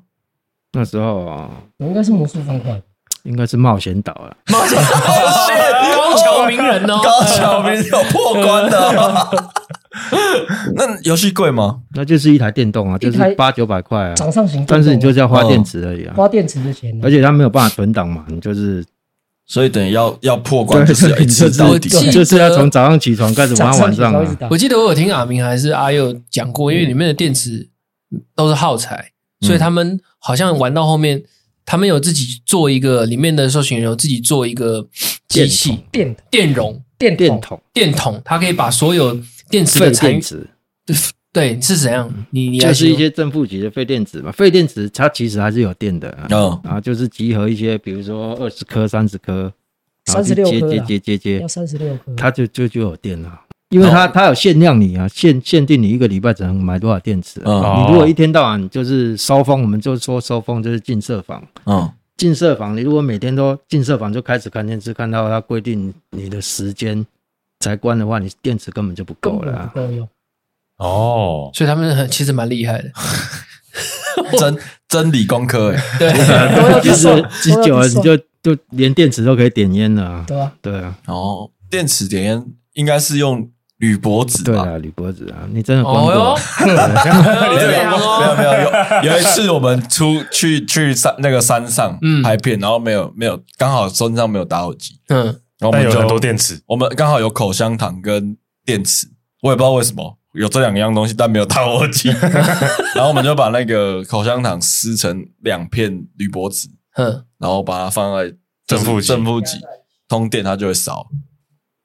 Speaker 4: 那时候啊，
Speaker 5: 我应该是魔术方块，
Speaker 4: 应该是冒险岛啊了。
Speaker 3: 冒险，高桥名人哦，
Speaker 1: 高桥名有破关的哦。那游戏贵吗？
Speaker 4: 那就是一台电动啊，就
Speaker 5: 一
Speaker 4: 是
Speaker 5: 台
Speaker 4: 八九百块啊，
Speaker 5: 掌上型电动啊。
Speaker 4: 但是你就是要
Speaker 1: 哦
Speaker 4: 花电池而已啊，
Speaker 5: 花电池的钱啊，
Speaker 4: 而且它没有办法存档嘛，你就是
Speaker 1: 所以等于要要破关就
Speaker 4: 对，
Speaker 1: 是要一
Speaker 4: 你就
Speaker 1: 次到
Speaker 4: 是
Speaker 1: 底。
Speaker 3: 记得
Speaker 4: [LAUGHS] 就是要从早上起床开始玩到
Speaker 5: 掌
Speaker 4: 晚
Speaker 5: 上型
Speaker 4: 上
Speaker 5: 要一直
Speaker 4: 啊，
Speaker 5: 打
Speaker 3: 我。记得我有听阿明还是阿佑讲过，因为里面的电池都是耗材，所以他们好像玩到后面，他们有自己做一个里面的受刑人有自己做一个机器
Speaker 5: 电
Speaker 3: 电容
Speaker 5: 电
Speaker 4: 电
Speaker 5: 电
Speaker 4: 筒、
Speaker 3: 电筒，它可以把所有电池
Speaker 4: 废
Speaker 3: 的残余
Speaker 4: 电池，
Speaker 3: 对是怎样？你你来
Speaker 4: 就是
Speaker 3: 形
Speaker 4: 一
Speaker 3: 容
Speaker 4: 些正负极的废电池嘛，废电池它其实还是有电的啊，
Speaker 1: 嗯，
Speaker 4: 然后就是集合一些，比如说二十颗、三十颗，然后就
Speaker 5: 36
Speaker 4: 接
Speaker 5: 颗
Speaker 4: 接
Speaker 5: 啦
Speaker 4: 接接接
Speaker 5: 要，三十六颗，
Speaker 4: 它就就就有电了。因为它它有限量你啊，限限定你一个礼拜只能买多少电池啊、
Speaker 1: 嗯
Speaker 2: 哦
Speaker 4: 你如果一天到晚就是收风，我们就说收风就是进设房，
Speaker 1: 嗯，
Speaker 4: 进设房，你如果每天都进设房就开始看电视，看到它规定你的时间才关的话，你电池根本就不
Speaker 5: 根
Speaker 4: 够
Speaker 5: 本
Speaker 4: 了
Speaker 5: 不
Speaker 4: 啊、
Speaker 5: 够
Speaker 4: [LAUGHS]
Speaker 5: 用。
Speaker 2: 哦，
Speaker 3: 所以他们很其实蛮厉害的，
Speaker 1: 真真理工科哎，
Speaker 3: 对，
Speaker 4: [LAUGHS]
Speaker 5: 都要去
Speaker 4: 其实
Speaker 5: 算，
Speaker 4: 其实
Speaker 5: 都
Speaker 4: 久
Speaker 5: 要
Speaker 4: 了
Speaker 5: 去
Speaker 4: 你
Speaker 5: 算
Speaker 4: 就就连电池都可以点烟了、啊。
Speaker 5: 对吧？
Speaker 4: 对啊，
Speaker 1: 哦，电池点烟应该是用铝箔纸
Speaker 4: 对
Speaker 1: 吧？
Speaker 4: 啊，铝箔纸啊，你真的关
Speaker 3: 哦
Speaker 4: 过、
Speaker 3: 哟，
Speaker 1: 啊没有
Speaker 3: 这样
Speaker 1: 没有
Speaker 3: 哦，
Speaker 1: 没有 [LAUGHS] 有有一次我们出去去山那个山上
Speaker 3: 嗯
Speaker 1: 拍片，然后没有没有刚好身上没有打火机，
Speaker 3: 嗯，
Speaker 1: 然后我们
Speaker 2: 但哎有很
Speaker 1: 就
Speaker 2: 多电池，
Speaker 1: 我们刚好有口香糖跟电池，我也不知道为什么有这两样东西，但没有打火
Speaker 2: [LAUGHS]
Speaker 1: 机。然后我们就把那个口香糖撕成两片铝箔纸，
Speaker 3: 嗯，
Speaker 1: 然后把它放在就是
Speaker 2: 正负极
Speaker 1: 正负极通电，它就会烧。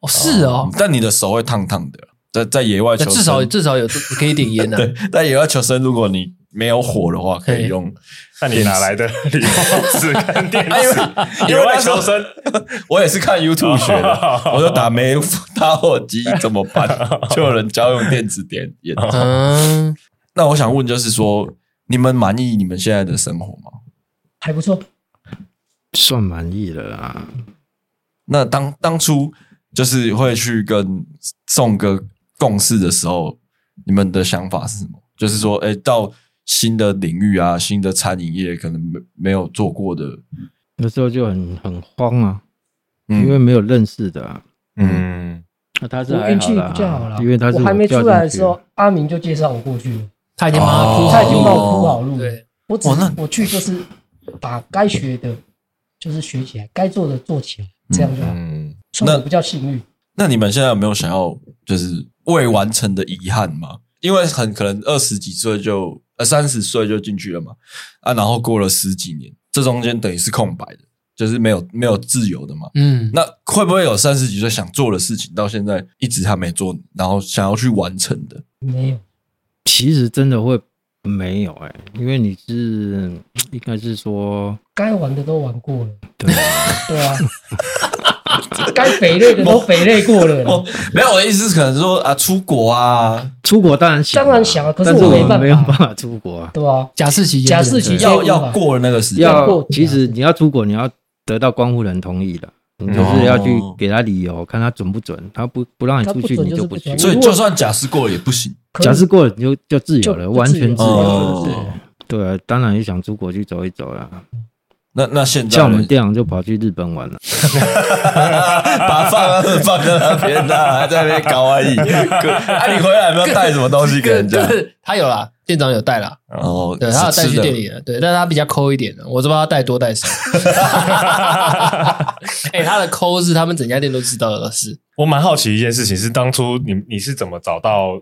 Speaker 3: 哦是哦，
Speaker 1: 但你的手会烫烫的。在在野外求
Speaker 3: 那
Speaker 1: 生，
Speaker 3: 至少至少有可以点烟呐，
Speaker 1: 对，在野外求生，如果你没有火的话，可以
Speaker 3: 嘿
Speaker 1: 用。
Speaker 2: 那你哪来的铝箔纸跟电
Speaker 1: [LAUGHS] 啊因
Speaker 2: [LAUGHS]
Speaker 1: 为
Speaker 2: 池？
Speaker 1: 因
Speaker 2: 野
Speaker 1: 为
Speaker 2: 外
Speaker 1: 那时候
Speaker 2: 求生，
Speaker 1: 我也是看 YouTube 学 [LAUGHS] 的，
Speaker 2: [LAUGHS]
Speaker 1: 我就打没打火机怎么 [LAUGHS] 办？就有人教用电子点烟。
Speaker 3: 嗯。
Speaker 1: 那我想问，就是说，你们满意你们现在的生活吗？
Speaker 5: 还不错，
Speaker 4: 算满意了啊。
Speaker 1: 那当当初就是会去跟宋哥共事的时候，你们的想法是什么？就是说，哎、到新的领域啊，新的餐饮业可能没没有做过的，
Speaker 4: 那时候就很很慌啊，因为
Speaker 1: 嗯，
Speaker 4: 没有认识的、啊，
Speaker 2: 嗯，
Speaker 4: 那他是
Speaker 5: 我
Speaker 4: 还
Speaker 5: 运气
Speaker 4: 好啦
Speaker 5: 比较好啦，
Speaker 4: 因为他是
Speaker 5: 我还没
Speaker 4: 掉
Speaker 5: 出
Speaker 4: 进
Speaker 5: 来的时
Speaker 4: 去
Speaker 5: 候，阿明就介绍我过去了，
Speaker 3: 他已经帮他铺
Speaker 1: 哦
Speaker 3: 好
Speaker 5: 他已经帮
Speaker 3: 路，
Speaker 5: 我铺好路了。
Speaker 3: 对，
Speaker 5: 我只
Speaker 1: 哇那
Speaker 5: 我去就是把该学的，就是学起来，该做的做起来，这样就好。
Speaker 2: 嗯，
Speaker 5: 算我
Speaker 1: 那
Speaker 5: 比较幸运。
Speaker 1: 那你们现在有没有想要就是未完成的遗憾吗？因为很可能二十几岁就呃三十岁就进去了嘛，啊，然后过了十几年，这中间等于是空白的，就是没有没有自由的嘛。
Speaker 3: 嗯，
Speaker 1: 那会不会有三十几岁想做的事情，到现在一直还没做，然后想要去完成的？
Speaker 5: 没有，
Speaker 4: 其实真的会没有哎、因为你是应该是说，
Speaker 5: 该玩的都玩过了，
Speaker 4: 对，
Speaker 5: 对啊， [LAUGHS] 该肥累的都肥累过了啦。
Speaker 1: 哦，没有，我的意思是可能说啊，出国啊，
Speaker 4: 出国当然想啊，
Speaker 5: 当然想啊可是
Speaker 4: 但是
Speaker 5: 我没
Speaker 4: 们
Speaker 5: 办
Speaker 4: 没有
Speaker 5: 法
Speaker 4: 办法出国
Speaker 5: [LAUGHS]
Speaker 4: 啊。
Speaker 5: 对吧？
Speaker 3: 假释期间，
Speaker 5: 假释期间
Speaker 1: 要要过了那个时间，
Speaker 5: 过
Speaker 4: 要
Speaker 5: 程啊
Speaker 4: 其实你要出国，你要得到关护人同意的，你就是要去给他理由，看他准不准，他不不让你出去，
Speaker 5: 他不准
Speaker 4: 你
Speaker 5: 就是
Speaker 4: 不
Speaker 5: 不
Speaker 4: 去
Speaker 5: 准。
Speaker 1: 所以就算假释过了也不行。
Speaker 5: 可
Speaker 4: 假
Speaker 5: 是
Speaker 4: 释过了你就就自由了，
Speaker 5: 就
Speaker 4: 完全自由
Speaker 3: 哦
Speaker 4: 了。
Speaker 1: 就自由了
Speaker 4: 对对啊，当然也想出国去走一走啦。
Speaker 1: 那那现在
Speaker 4: 像我们
Speaker 1: 呢
Speaker 4: 店长就跑去日本玩了，
Speaker 1: 把放放在那边的、还在那边搞而已。啊，你回来有没有带什么东西给人家？
Speaker 3: 就是他有啦，店长有带啦，
Speaker 1: 哦，
Speaker 3: 对，他有带
Speaker 1: 是
Speaker 3: 去
Speaker 1: 吃
Speaker 3: 店
Speaker 1: 的。
Speaker 3: 里了，对，但是他比较抠一点的，我知道他带多
Speaker 1: [LAUGHS]
Speaker 3: 带少。哎、他的抠是他们整家店都知道的事，
Speaker 2: 我蛮好奇一件事情是，当初你你是怎么找到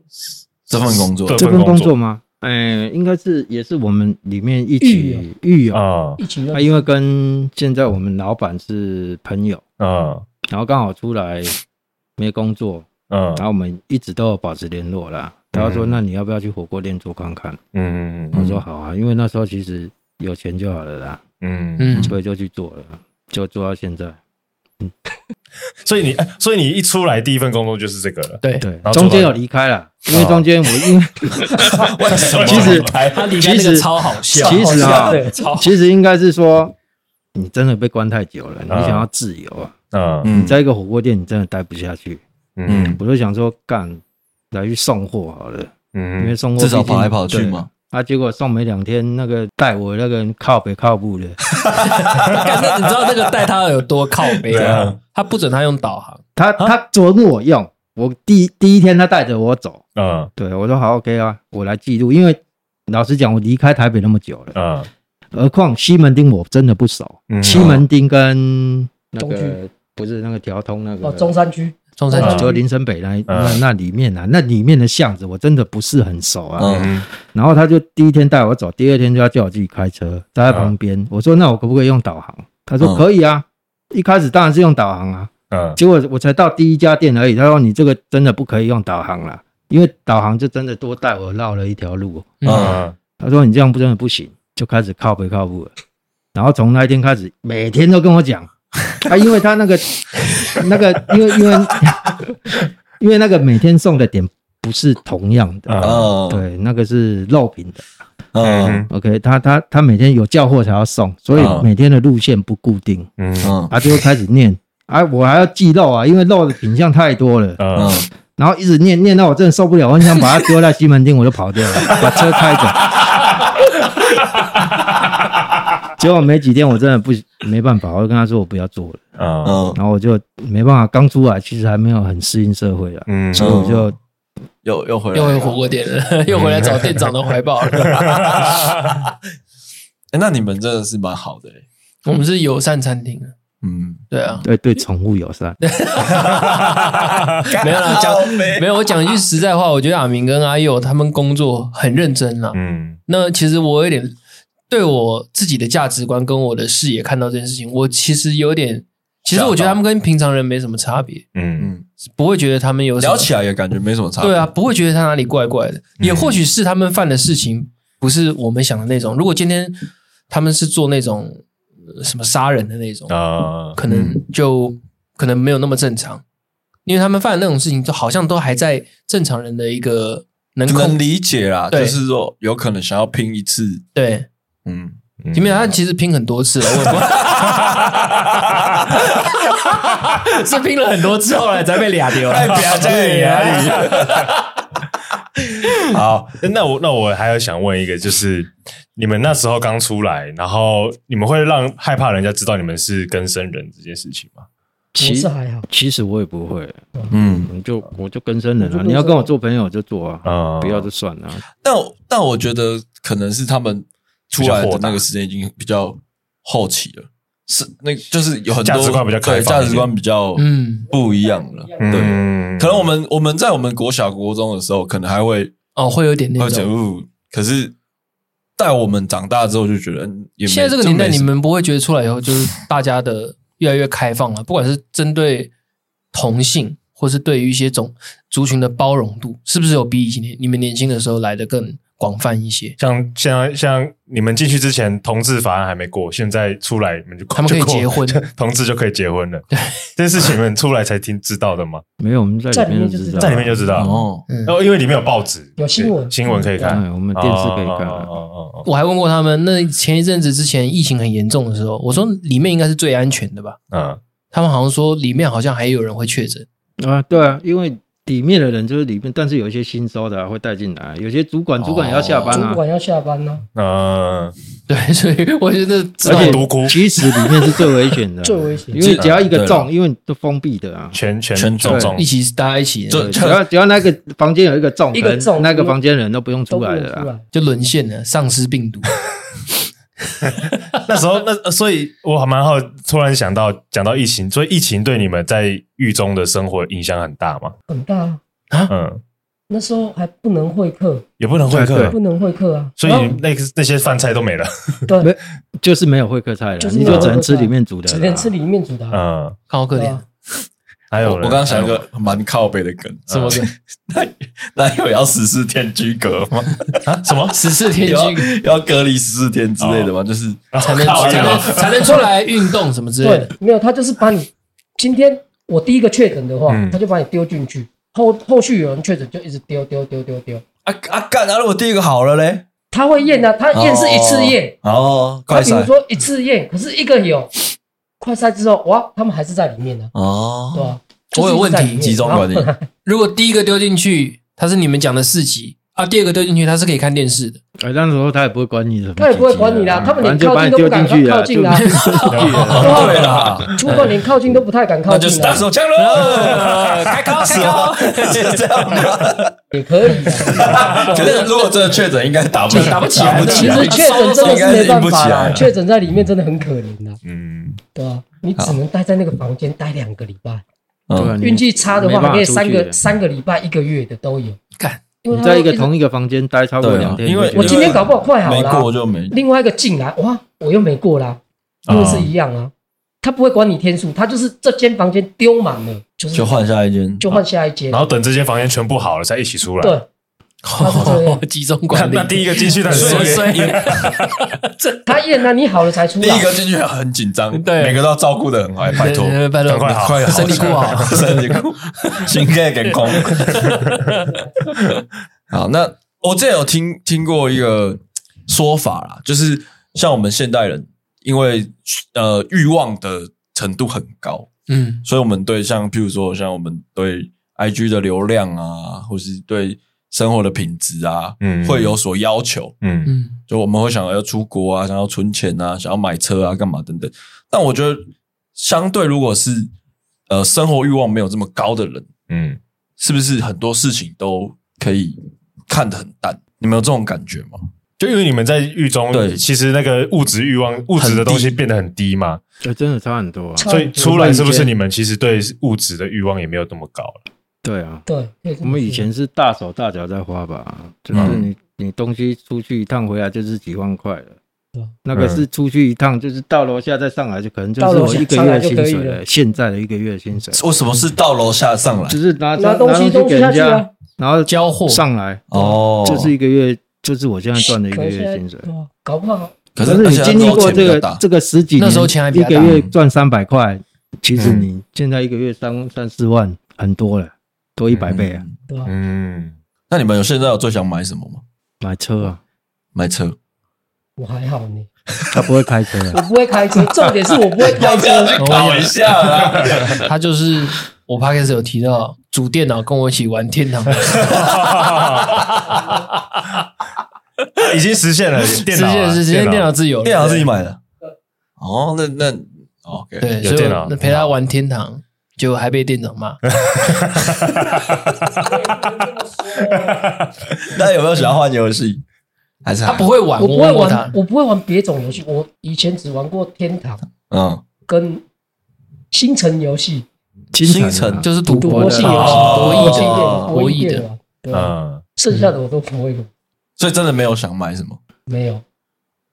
Speaker 1: 这份工作
Speaker 4: 这份工作
Speaker 2: 作
Speaker 4: 吗？哎，应该是也是我们里面一
Speaker 5: 狱
Speaker 4: 起狱友，
Speaker 2: 嗯
Speaker 5: 一起
Speaker 4: 啊，
Speaker 5: 认
Speaker 4: 因为跟现在我们老板是朋友，
Speaker 2: 嗯
Speaker 4: 然后刚好出来没工作，
Speaker 2: 嗯
Speaker 4: 然后我们一直都有保持联络啦。他说：“
Speaker 2: 嗯
Speaker 4: 那你要不要去火锅店做看看？”
Speaker 2: 嗯
Speaker 4: 我说：“好啊，因为那时候其实有钱就好了啦，
Speaker 2: 嗯嗯，
Speaker 3: 嗯，
Speaker 4: 所以就去做了，就做到现在。
Speaker 2: 所以你哎所以你一出来第一份工作就是这个
Speaker 3: [LAUGHS]
Speaker 2: 了，
Speaker 3: 对，
Speaker 4: 对
Speaker 2: 然后，做到哦
Speaker 4: 中间有离开啦，因为中间我
Speaker 2: [LAUGHS]
Speaker 4: 因为
Speaker 1: 为什么？
Speaker 4: 其实
Speaker 3: 哎他离开那
Speaker 4: 其
Speaker 3: 个
Speaker 4: 实
Speaker 3: 超好笑，
Speaker 4: 其实啊
Speaker 5: 对，
Speaker 3: 超
Speaker 4: 其实应该是说，你真的被关太久了，你想要自由啊，
Speaker 2: 嗯
Speaker 1: 嗯
Speaker 4: 你在一个火锅店你真的待不下去。
Speaker 2: 嗯
Speaker 4: 我就想说，干来去送货好了。”因为
Speaker 2: 嗯，
Speaker 4: 送货
Speaker 1: 至少
Speaker 4: 毕竟
Speaker 1: 跑来跑去
Speaker 4: 对
Speaker 1: 嘛。
Speaker 4: 啊，结果送没两天，那个带我那个人靠北靠步的，
Speaker 3: 干那你知道那个带他有多靠背
Speaker 2: 对
Speaker 3: 啊
Speaker 2: 啊？
Speaker 3: 他不准他用导航，
Speaker 4: 他他琢磨我用，我第第一天他带着我走，
Speaker 2: 嗯
Speaker 4: 对我说好 OK 啊，我来记录，因为老实讲，我离开台北那么久了，
Speaker 2: 嗯
Speaker 4: 何况西门町我真的不熟，
Speaker 2: 嗯
Speaker 4: 西门町跟那
Speaker 5: 中
Speaker 4: 个
Speaker 5: 区
Speaker 4: 不是那个条通那个
Speaker 5: 哦，中山区
Speaker 3: 中山
Speaker 1: 啊
Speaker 3: 区
Speaker 5: 嗯
Speaker 4: 就林森北那、那
Speaker 2: 嗯
Speaker 4: 那里面啊，那里面的巷子我真的不是很熟啊，
Speaker 1: 嗯
Speaker 2: 嗯
Speaker 4: 然后他就第一天带我走，第二天就要叫我自己开车，站在旁
Speaker 2: 嗯
Speaker 4: 边。我说：“那我可不可以用导航？”他说：“
Speaker 1: 嗯
Speaker 4: 可以啊。”一开始当然是用导航啊，
Speaker 2: 嗯
Speaker 4: 结果我才到第一家店而已。他说：“你这个真的不可以用导航啦，因为导航就真的多带我绕了一条路。哦
Speaker 3: 嗯，
Speaker 2: 嗯，”
Speaker 4: 他说：“你这样不真的不行。”就开始靠北靠步了。然后从那一天开始，每天都跟我讲，啊，因为他那个那个，因为因为因为那个每天送的点不是同样的，
Speaker 2: 嗯
Speaker 1: 嗯，
Speaker 4: 对，那个是肉品的。
Speaker 1: 嗯，
Speaker 4: OK，他他他每天有叫货才要送，所
Speaker 1: 嗯
Speaker 4: 以每天的路线不固定，
Speaker 2: 嗯
Speaker 1: 嗯
Speaker 4: 他就会开始念，啊，我还要记肉啊，因为肉的品相太多了，
Speaker 2: 嗯
Speaker 1: 嗯，
Speaker 4: 然后一直念念到我真的受不了，我很想把它丢在西门町，我就跑掉了， [LAUGHS] 把车开走。结果没几天，我真的不没办法，我就跟他说我不要做了，
Speaker 2: 嗯
Speaker 1: 嗯，
Speaker 4: 然后我就没办法，刚出来其实还没有很适应社会啊，
Speaker 2: 嗯
Speaker 4: 所以我就
Speaker 1: 又又回
Speaker 3: 又
Speaker 1: 来
Speaker 3: 回
Speaker 1: 了。
Speaker 3: 火锅店了，又回来找店长的怀抱了。
Speaker 1: 哎那你们真的是蛮好的欸，
Speaker 3: 我们是友善餐厅啊，
Speaker 1: 嗯，
Speaker 3: 对啊，
Speaker 4: 对对宠物友善。
Speaker 3: [LAUGHS] 没有啦，讲
Speaker 1: 靠北
Speaker 3: 没有，我讲一句实在话，我觉得阿明跟阿佑他们工作很认真啦。
Speaker 2: 嗯
Speaker 3: 那其实我有点对我自己的价值观跟我的视野看到这件事情，我其实有点，其实我觉得他们跟平常人没什么差别，
Speaker 2: 嗯
Speaker 1: 嗯，
Speaker 3: 不会觉得他们有什么
Speaker 1: 聊起来也感觉没什么差。
Speaker 3: 对啊，，不会觉得他哪里怪怪的，也或许是他们犯的事情不是我们想的那种。如果今天他们是做那种呃什么杀人的那种，
Speaker 2: 啊
Speaker 3: 可能
Speaker 1: 嗯
Speaker 3: 就可能没有那么正常，因为他们犯的那种事情，就好像都还在正常人的一个能控
Speaker 1: 能理解啦，
Speaker 3: 对
Speaker 1: 就是说有可能想要拼一次，
Speaker 3: 对，
Speaker 1: 嗯，
Speaker 3: 因为他其实拼很多次了，我
Speaker 1: [LAUGHS]
Speaker 3: 也不是拼了很多次，后来才被俩丢
Speaker 1: [LAUGHS]
Speaker 3: 了。
Speaker 1: 要
Speaker 3: [LAUGHS]
Speaker 1: 在哪里。好，
Speaker 2: 那我那我还要想问一个，就是你们那时候刚出来，然后你们会让害怕人家知道你们是跟生人这件事情吗？
Speaker 4: 其
Speaker 5: 是还好，
Speaker 4: 其实我也不会，
Speaker 1: 嗯，
Speaker 4: 你就我就跟生人
Speaker 5: 就
Speaker 4: 啊，
Speaker 5: 跟
Speaker 4: 你要
Speaker 5: 生
Speaker 4: 跟我
Speaker 5: 人
Speaker 4: 做朋友就做啊，
Speaker 2: 啊，
Speaker 4: 不要就算了啊。
Speaker 1: 但我但我觉得可能是他们出来的那个时间已经比较后期了，是那就是有很多
Speaker 2: 价值观比较
Speaker 1: 对
Speaker 2: 开放一点
Speaker 1: 价值观比较
Speaker 3: 嗯，
Speaker 1: 不一样了。对，
Speaker 2: 嗯，
Speaker 1: 可能我们我们在我们国小国中的时候，可能还会
Speaker 3: 哦，会有点那
Speaker 1: 会觉得，
Speaker 3: 种。
Speaker 1: 哦可是带我们长大之后就觉得，嗯也没
Speaker 3: 现在这个年代，
Speaker 1: 就没
Speaker 3: 你
Speaker 1: 什么
Speaker 3: 们不会觉得出来以后，就是大家的越来越开放了，不管是针对同性，或是对于一些种族群的包容度，是不是有比以前你们年轻的时候来的更广泛一些？
Speaker 2: 像像像你们进去之前，同志法案还没过，现在出来你们就
Speaker 3: 他们可以
Speaker 2: 就过
Speaker 3: 结婚
Speaker 2: [LAUGHS] 同志就可以结婚了。对，这件事情你们出来才听知道的吗？
Speaker 4: 没有，我们在
Speaker 5: 在
Speaker 4: 里面
Speaker 5: 里面
Speaker 4: 就
Speaker 5: 就
Speaker 4: 知
Speaker 5: 知
Speaker 4: 道，
Speaker 5: 道
Speaker 2: 在里面就知道哦，
Speaker 1: 哦，
Speaker 3: 嗯，
Speaker 2: 因为里面有报纸，
Speaker 5: 有新闻
Speaker 2: 对新闻可以看，
Speaker 4: 哎，我们电视可以看啊。
Speaker 2: 哦哦哦哦哦
Speaker 3: 我还问过他们，那前一阵子之前疫情很严重的时候，我说里面应该是最安全的吧？
Speaker 2: 嗯，
Speaker 3: 他们好像说里面好像还有人会确诊， [LAUGHS]
Speaker 4: 啊，对啊，因为里面的人就是里面，但是有一些新收的、啊、会带进来，有些主管主管也要下班
Speaker 5: 哦主
Speaker 4: 啊。
Speaker 5: 管要下班呢，
Speaker 2: 嗯，
Speaker 3: 对，所以我觉得知
Speaker 4: 而
Speaker 3: 道
Speaker 4: 且
Speaker 2: 独孤
Speaker 4: 其实里面是最危险的，啊
Speaker 5: [LAUGHS] 最危险
Speaker 4: 因为只要一
Speaker 1: 对
Speaker 4: 个
Speaker 1: 啊
Speaker 4: 中，因为都封闭的啊。
Speaker 2: 全全
Speaker 1: 全
Speaker 2: 全中
Speaker 3: 一起大家一起
Speaker 1: 就
Speaker 4: 对只要只要那个房间有一个中，
Speaker 5: 一个中
Speaker 4: 可能那个房间人都不用
Speaker 5: 都
Speaker 4: 出
Speaker 5: 不
Speaker 4: 来
Speaker 5: 能
Speaker 4: 的
Speaker 5: 出
Speaker 4: 啦。
Speaker 5: 来。
Speaker 3: 就沦陷了，丧尸病毒。
Speaker 5: 啊
Speaker 2: 那时候那所以我还蛮好，突然想到讲到疫情，所以疫情对你们在狱中的生活影响很大嘛？
Speaker 5: 很大啊，
Speaker 2: 嗯，
Speaker 5: 那时候还不能会客，
Speaker 2: 也不能会
Speaker 1: 嗯
Speaker 4: 对
Speaker 2: 客
Speaker 5: 不，能会客啊，
Speaker 2: 所以
Speaker 5: 然后
Speaker 2: 那个那些饭菜都没了。
Speaker 5: 对
Speaker 4: 没，就是没有会客菜了，
Speaker 5: 就是
Speaker 4: 你
Speaker 5: 没有
Speaker 4: 就
Speaker 5: 会
Speaker 4: 只能
Speaker 5: 客
Speaker 4: 吃
Speaker 5: 菜
Speaker 4: 里面煮的啊啦，
Speaker 5: 只能吃里面煮的啊，
Speaker 2: 嗯，
Speaker 3: 看好可
Speaker 5: 对
Speaker 3: 怜
Speaker 5: 啊，
Speaker 2: 还有
Speaker 1: 我
Speaker 2: 呢
Speaker 1: 刚刚想一个蛮靠北的梗，
Speaker 3: 什么的，
Speaker 1: 那那有要十四天居隔吗？
Speaker 2: 啊什么？
Speaker 3: 十四天
Speaker 1: 有要
Speaker 3: 居
Speaker 1: 要隔离十四天之类的
Speaker 2: 哦
Speaker 1: 吗？就是
Speaker 3: 才能
Speaker 2: 靠
Speaker 3: 才
Speaker 2: 呀
Speaker 3: 能才能出来运动什么之类
Speaker 5: 对
Speaker 3: 的。，
Speaker 5: 没有，他就是把你今天我第一个确诊的话
Speaker 2: 嗯，
Speaker 5: 他就把你丢进去，后后续有人确诊就一直丢丢丢丢丢，
Speaker 1: 啊啊干！啊，如果第一个好了嘞，
Speaker 5: 他会验啊，他验是一次验，
Speaker 1: 嗯哦，
Speaker 5: 他
Speaker 1: 快
Speaker 5: 比如
Speaker 1: 闪
Speaker 5: 说一次验，可是一个有快筛之后，哇，他们还是在里面呢，对
Speaker 1: 哦，
Speaker 5: 吧？
Speaker 3: 我有问题
Speaker 5: 就是一直在里面
Speaker 1: 集中啊管理 [LAUGHS]
Speaker 5: 然后
Speaker 3: 如果第一个丢进去，它是你们讲的四级啊，第二个丢进去它是可以看电视的。
Speaker 4: 哎，那时候他也不会管你什么，
Speaker 5: 他也不会管你啦
Speaker 1: 嗯
Speaker 4: 啊
Speaker 5: 他们
Speaker 4: 反正
Speaker 5: 连
Speaker 4: 就把
Speaker 5: 靠
Speaker 4: 你
Speaker 5: 近都
Speaker 4: 丢
Speaker 5: 不敢
Speaker 4: 进去
Speaker 5: 靠
Speaker 4: 啊，
Speaker 5: 近
Speaker 4: 就
Speaker 5: 啊 [LAUGHS]
Speaker 1: 哦对啦，
Speaker 5: 出门连靠近都不太敢靠
Speaker 1: 那就
Speaker 5: 近
Speaker 1: 是打
Speaker 5: 了，
Speaker 1: 手枪
Speaker 5: [LAUGHS]
Speaker 1: 了，开高开高， [LAUGHS]
Speaker 5: 哦
Speaker 1: 是这样吗？
Speaker 5: 也可以啊。
Speaker 1: 可是如果真的确诊，应该打不
Speaker 3: 打不起来
Speaker 1: 打不起
Speaker 5: [LAUGHS] 其
Speaker 1: [LAUGHS] 来
Speaker 5: 实确诊真的是没办法
Speaker 1: 应该是赢不起来
Speaker 5: 啦，
Speaker 1: 啊
Speaker 5: 确诊在里面真的很可怜呐，
Speaker 2: 嗯，
Speaker 5: 对吧、你只能待在那个房间待两个礼拜，
Speaker 4: 对啊
Speaker 1: 嗯
Speaker 4: 你
Speaker 5: 运气差的
Speaker 4: 没
Speaker 5: 话
Speaker 4: 办
Speaker 5: 还
Speaker 4: 法
Speaker 5: 可以
Speaker 4: 出去
Speaker 5: 三
Speaker 4: 的
Speaker 5: 个三个礼拜、一个月的都有。
Speaker 3: 干，
Speaker 5: 因为
Speaker 4: 你
Speaker 5: 他
Speaker 4: 在一个
Speaker 5: 直
Speaker 4: 同一个房间待超过
Speaker 1: 对啊
Speaker 4: 两天，
Speaker 2: 因为
Speaker 4: 你就
Speaker 5: 我
Speaker 4: 觉
Speaker 5: 今
Speaker 4: 得
Speaker 5: 天搞不好快好
Speaker 1: 没过
Speaker 5: 啦，
Speaker 1: 就没，
Speaker 5: 另外一个进来，哇，我又没过啦，因为是一样啊，他不会管你天数，他就是这间房间丢满了，就是
Speaker 1: 就换下一间，
Speaker 5: 就换下一间
Speaker 2: 然，后等这间房间全部好了才一起出来。
Speaker 5: 对，他是这样
Speaker 3: [LAUGHS] 集中
Speaker 2: 那
Speaker 3: 管
Speaker 2: [LAUGHS]
Speaker 3: 理
Speaker 2: 那，第一个进去的很
Speaker 3: 所以
Speaker 2: 衰
Speaker 3: 所
Speaker 2: [LAUGHS]
Speaker 3: 以
Speaker 5: 他验了你好了才
Speaker 1: [LAUGHS]
Speaker 5: 出
Speaker 1: 第
Speaker 5: 来
Speaker 1: 一，个进去很紧张，
Speaker 3: 对
Speaker 1: 每个都要照顾的很好，拜托，
Speaker 3: 呃 [LAUGHS] 拜
Speaker 2: 赶快好
Speaker 3: 托，身体不
Speaker 2: [LAUGHS] 啊
Speaker 3: 好。
Speaker 1: 身体酷，心盖给空。好，那我之前有听听过一个说法啦，就是像我们现代人，因为呃欲望的程度很高，
Speaker 3: 嗯，
Speaker 1: 所以我们对像譬如说像我们对 IG 的流量啊，或是对生活的品质啊，
Speaker 2: 嗯
Speaker 1: 会有所要求。
Speaker 2: 嗯
Speaker 3: 嗯，
Speaker 1: 就我们会想要出国啊，想要存钱啊，想要买车啊，干嘛等等。但我觉得，相对如果是呃生活欲望没有这么高的人，
Speaker 2: 嗯，
Speaker 1: 是不是很多事情都可以看得很淡？你们有这种感觉吗？
Speaker 2: 就因为你们在狱中，
Speaker 1: 对
Speaker 2: 其实那个物质欲望、物质的东西变得很低嘛，
Speaker 4: 哎真的差很多啊。
Speaker 3: 嗯
Speaker 5: 差
Speaker 2: 所以出来是不是你们其实对物质的欲望也没有那么高了？
Speaker 4: 对啊，
Speaker 5: 对，可以这
Speaker 4: 我
Speaker 5: 么
Speaker 4: 们以
Speaker 5: 说
Speaker 4: 前是大手大脚在花吧，就是
Speaker 1: 嗯
Speaker 4: 你你东西出去一趟回来就是几万块了
Speaker 5: 对啊。
Speaker 4: 那个是出去一趟，就是到楼下再上来，就可能就
Speaker 5: 到
Speaker 4: 是
Speaker 5: 楼
Speaker 4: 我
Speaker 5: 下
Speaker 4: 一个
Speaker 5: 上
Speaker 4: 月
Speaker 5: 来就
Speaker 4: 薪
Speaker 5: 可以
Speaker 4: 水
Speaker 5: 了
Speaker 4: 了，现在的一个月薪水，
Speaker 1: 为什么是到楼下上来
Speaker 4: 就？是拿
Speaker 5: 拿东西
Speaker 4: 东
Speaker 5: 东
Speaker 4: 给
Speaker 5: 西下
Speaker 4: 人
Speaker 5: 去啊
Speaker 4: 家，，然后
Speaker 3: 交货
Speaker 4: 上来，
Speaker 1: 哦，
Speaker 4: 就是一个月，就是我现在赚的一
Speaker 5: 可
Speaker 4: 个
Speaker 5: 能现
Speaker 4: 月
Speaker 5: 在
Speaker 4: 薪水。
Speaker 5: 对啊搞不好
Speaker 1: 可
Speaker 4: 可是你经历过这个这
Speaker 1: 个
Speaker 4: 个十几年，
Speaker 3: 那时候钱还比
Speaker 4: 一
Speaker 3: 较大嗯
Speaker 4: 个月赚三百块，其实你现在一个月三三四万，很多了，多一百倍啊！
Speaker 5: 对吧？
Speaker 2: [LAUGHS] 嗯，
Speaker 1: 那你们有现在有最想买什么吗？
Speaker 4: 买车啊，
Speaker 1: 买车？
Speaker 5: 我还好呢，
Speaker 4: 他不会开车
Speaker 5: 我
Speaker 4: 啊，
Speaker 5: 不会开车，重点是我不会开车。
Speaker 1: 搞一下 [LAUGHS] 啦！
Speaker 3: 他就是我 p 开始有提到主电脑跟我一起玩天堂，
Speaker 2: 已经实现了电
Speaker 3: 直
Speaker 2: 脑啊，啊
Speaker 3: 接直接电脑自由了，
Speaker 1: 电脑自己买的。哦，那那 OK，
Speaker 3: 对，
Speaker 2: 有
Speaker 3: 所以
Speaker 2: 电脑
Speaker 3: 我陪他玩天堂，结果还被店长骂。
Speaker 1: 那有没有想要换游戏？还是
Speaker 3: 他
Speaker 1: 还
Speaker 3: 不会玩，
Speaker 5: 我不会
Speaker 3: 问过
Speaker 4: [LAUGHS]
Speaker 5: 玩
Speaker 3: 他，，
Speaker 5: 我不会玩别种游戏。我以前只玩过天堂
Speaker 1: 嗯，
Speaker 5: 跟星辰游戏，
Speaker 1: 星辰
Speaker 3: 就是赌
Speaker 5: 赌
Speaker 3: 博
Speaker 5: 博
Speaker 3: 的
Speaker 5: 性游戏、
Speaker 1: 哦
Speaker 3: 博弈
Speaker 5: 性
Speaker 3: 的，
Speaker 5: 博
Speaker 3: 博弈
Speaker 5: 弈
Speaker 3: 的
Speaker 5: 的，。对啊，
Speaker 2: 嗯，
Speaker 5: 剩下的我都不会玩，
Speaker 1: 所以真的没有想买什么
Speaker 5: 没有，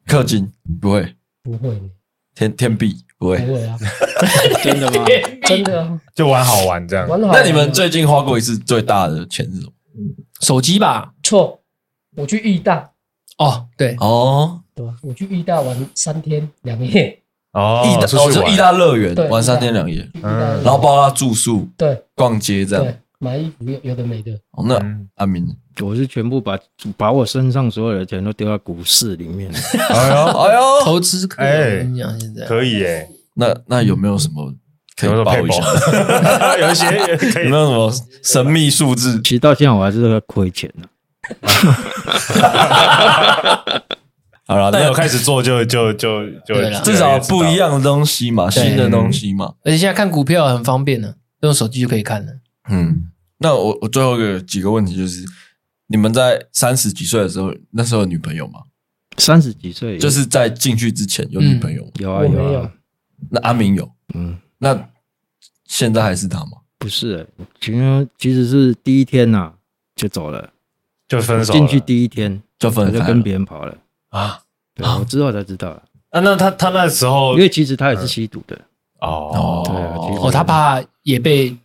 Speaker 1: 氪金，不会
Speaker 5: 不会，
Speaker 1: 天天币不
Speaker 5: 不
Speaker 2: 哎
Speaker 1: 会。
Speaker 5: 会啊，
Speaker 4: [LAUGHS] 真的吗？
Speaker 5: [LAUGHS] 真的啊，
Speaker 2: 就玩好玩这样。
Speaker 5: 玩好。
Speaker 1: 那你们最近花过一次最大的钱是什么？
Speaker 3: 手机吧？
Speaker 5: 错，我去义大，
Speaker 3: 哦，对，
Speaker 1: 哦，
Speaker 5: 对吧？我去义大玩三天两夜，
Speaker 2: 哦，
Speaker 1: 意大
Speaker 2: 出
Speaker 1: 哦
Speaker 2: 去
Speaker 1: 就
Speaker 2: 玩
Speaker 1: 意大乐园
Speaker 5: 对
Speaker 1: 玩
Speaker 5: 意
Speaker 1: 三
Speaker 5: 大
Speaker 1: 天两夜，
Speaker 5: 去义大
Speaker 2: 嗯
Speaker 1: 然后包括住宿、
Speaker 5: 对
Speaker 1: 逛街这样
Speaker 5: 对。，买衣服有有的没的，
Speaker 1: 哦，那
Speaker 2: 嗯
Speaker 1: 阿明呢，
Speaker 4: 我是全部把把我身上所有的钱都丢到股市里面。
Speaker 1: 哎 [LAUGHS] 呦哎呦，
Speaker 3: 投资可以。
Speaker 2: 哎
Speaker 3: 我跟你讲，现在
Speaker 2: 可以
Speaker 3: [LAUGHS]
Speaker 2: 耶，
Speaker 1: 那那有没有什么可以
Speaker 2: 有没有
Speaker 1: 报一下？
Speaker 2: 有一些可
Speaker 1: 有
Speaker 2: 以
Speaker 1: 没有什么神秘数字？
Speaker 4: [LAUGHS] 其实到现在我还是在亏钱呢、
Speaker 1: 好了，
Speaker 2: 但
Speaker 1: 那
Speaker 2: 有开始做就就就就
Speaker 3: 对啦
Speaker 1: 至少不一，样的东西嘛，新的东西嘛。
Speaker 3: 而且现在看股票很方便呢，用手机就可以看了。
Speaker 1: 嗯，那我我最后一个几个问题就是，你们在三十几岁的时候，那时候有女朋友吗？
Speaker 4: 三十几岁，
Speaker 1: 就是在进去之前有女朋友吗？
Speaker 4: 有啊
Speaker 5: 我没
Speaker 4: 有
Speaker 5: 有
Speaker 4: 啊，。
Speaker 1: 那阿明有，
Speaker 4: 嗯，
Speaker 1: 那现在还是他吗？
Speaker 4: 不是、其实其实是第一天呐、就走了，
Speaker 2: 就分手了
Speaker 4: 进去第一天
Speaker 1: 就分
Speaker 4: 我
Speaker 1: 开
Speaker 4: 就
Speaker 1: 了
Speaker 4: 跟别人跑了。
Speaker 2: 啊
Speaker 4: 对，我之后才知道了，
Speaker 2: 啊，那他他那时候
Speaker 4: 因为其实他也是吸毒的。
Speaker 2: 哦
Speaker 4: 对啊，其实
Speaker 3: 哦，他怕也被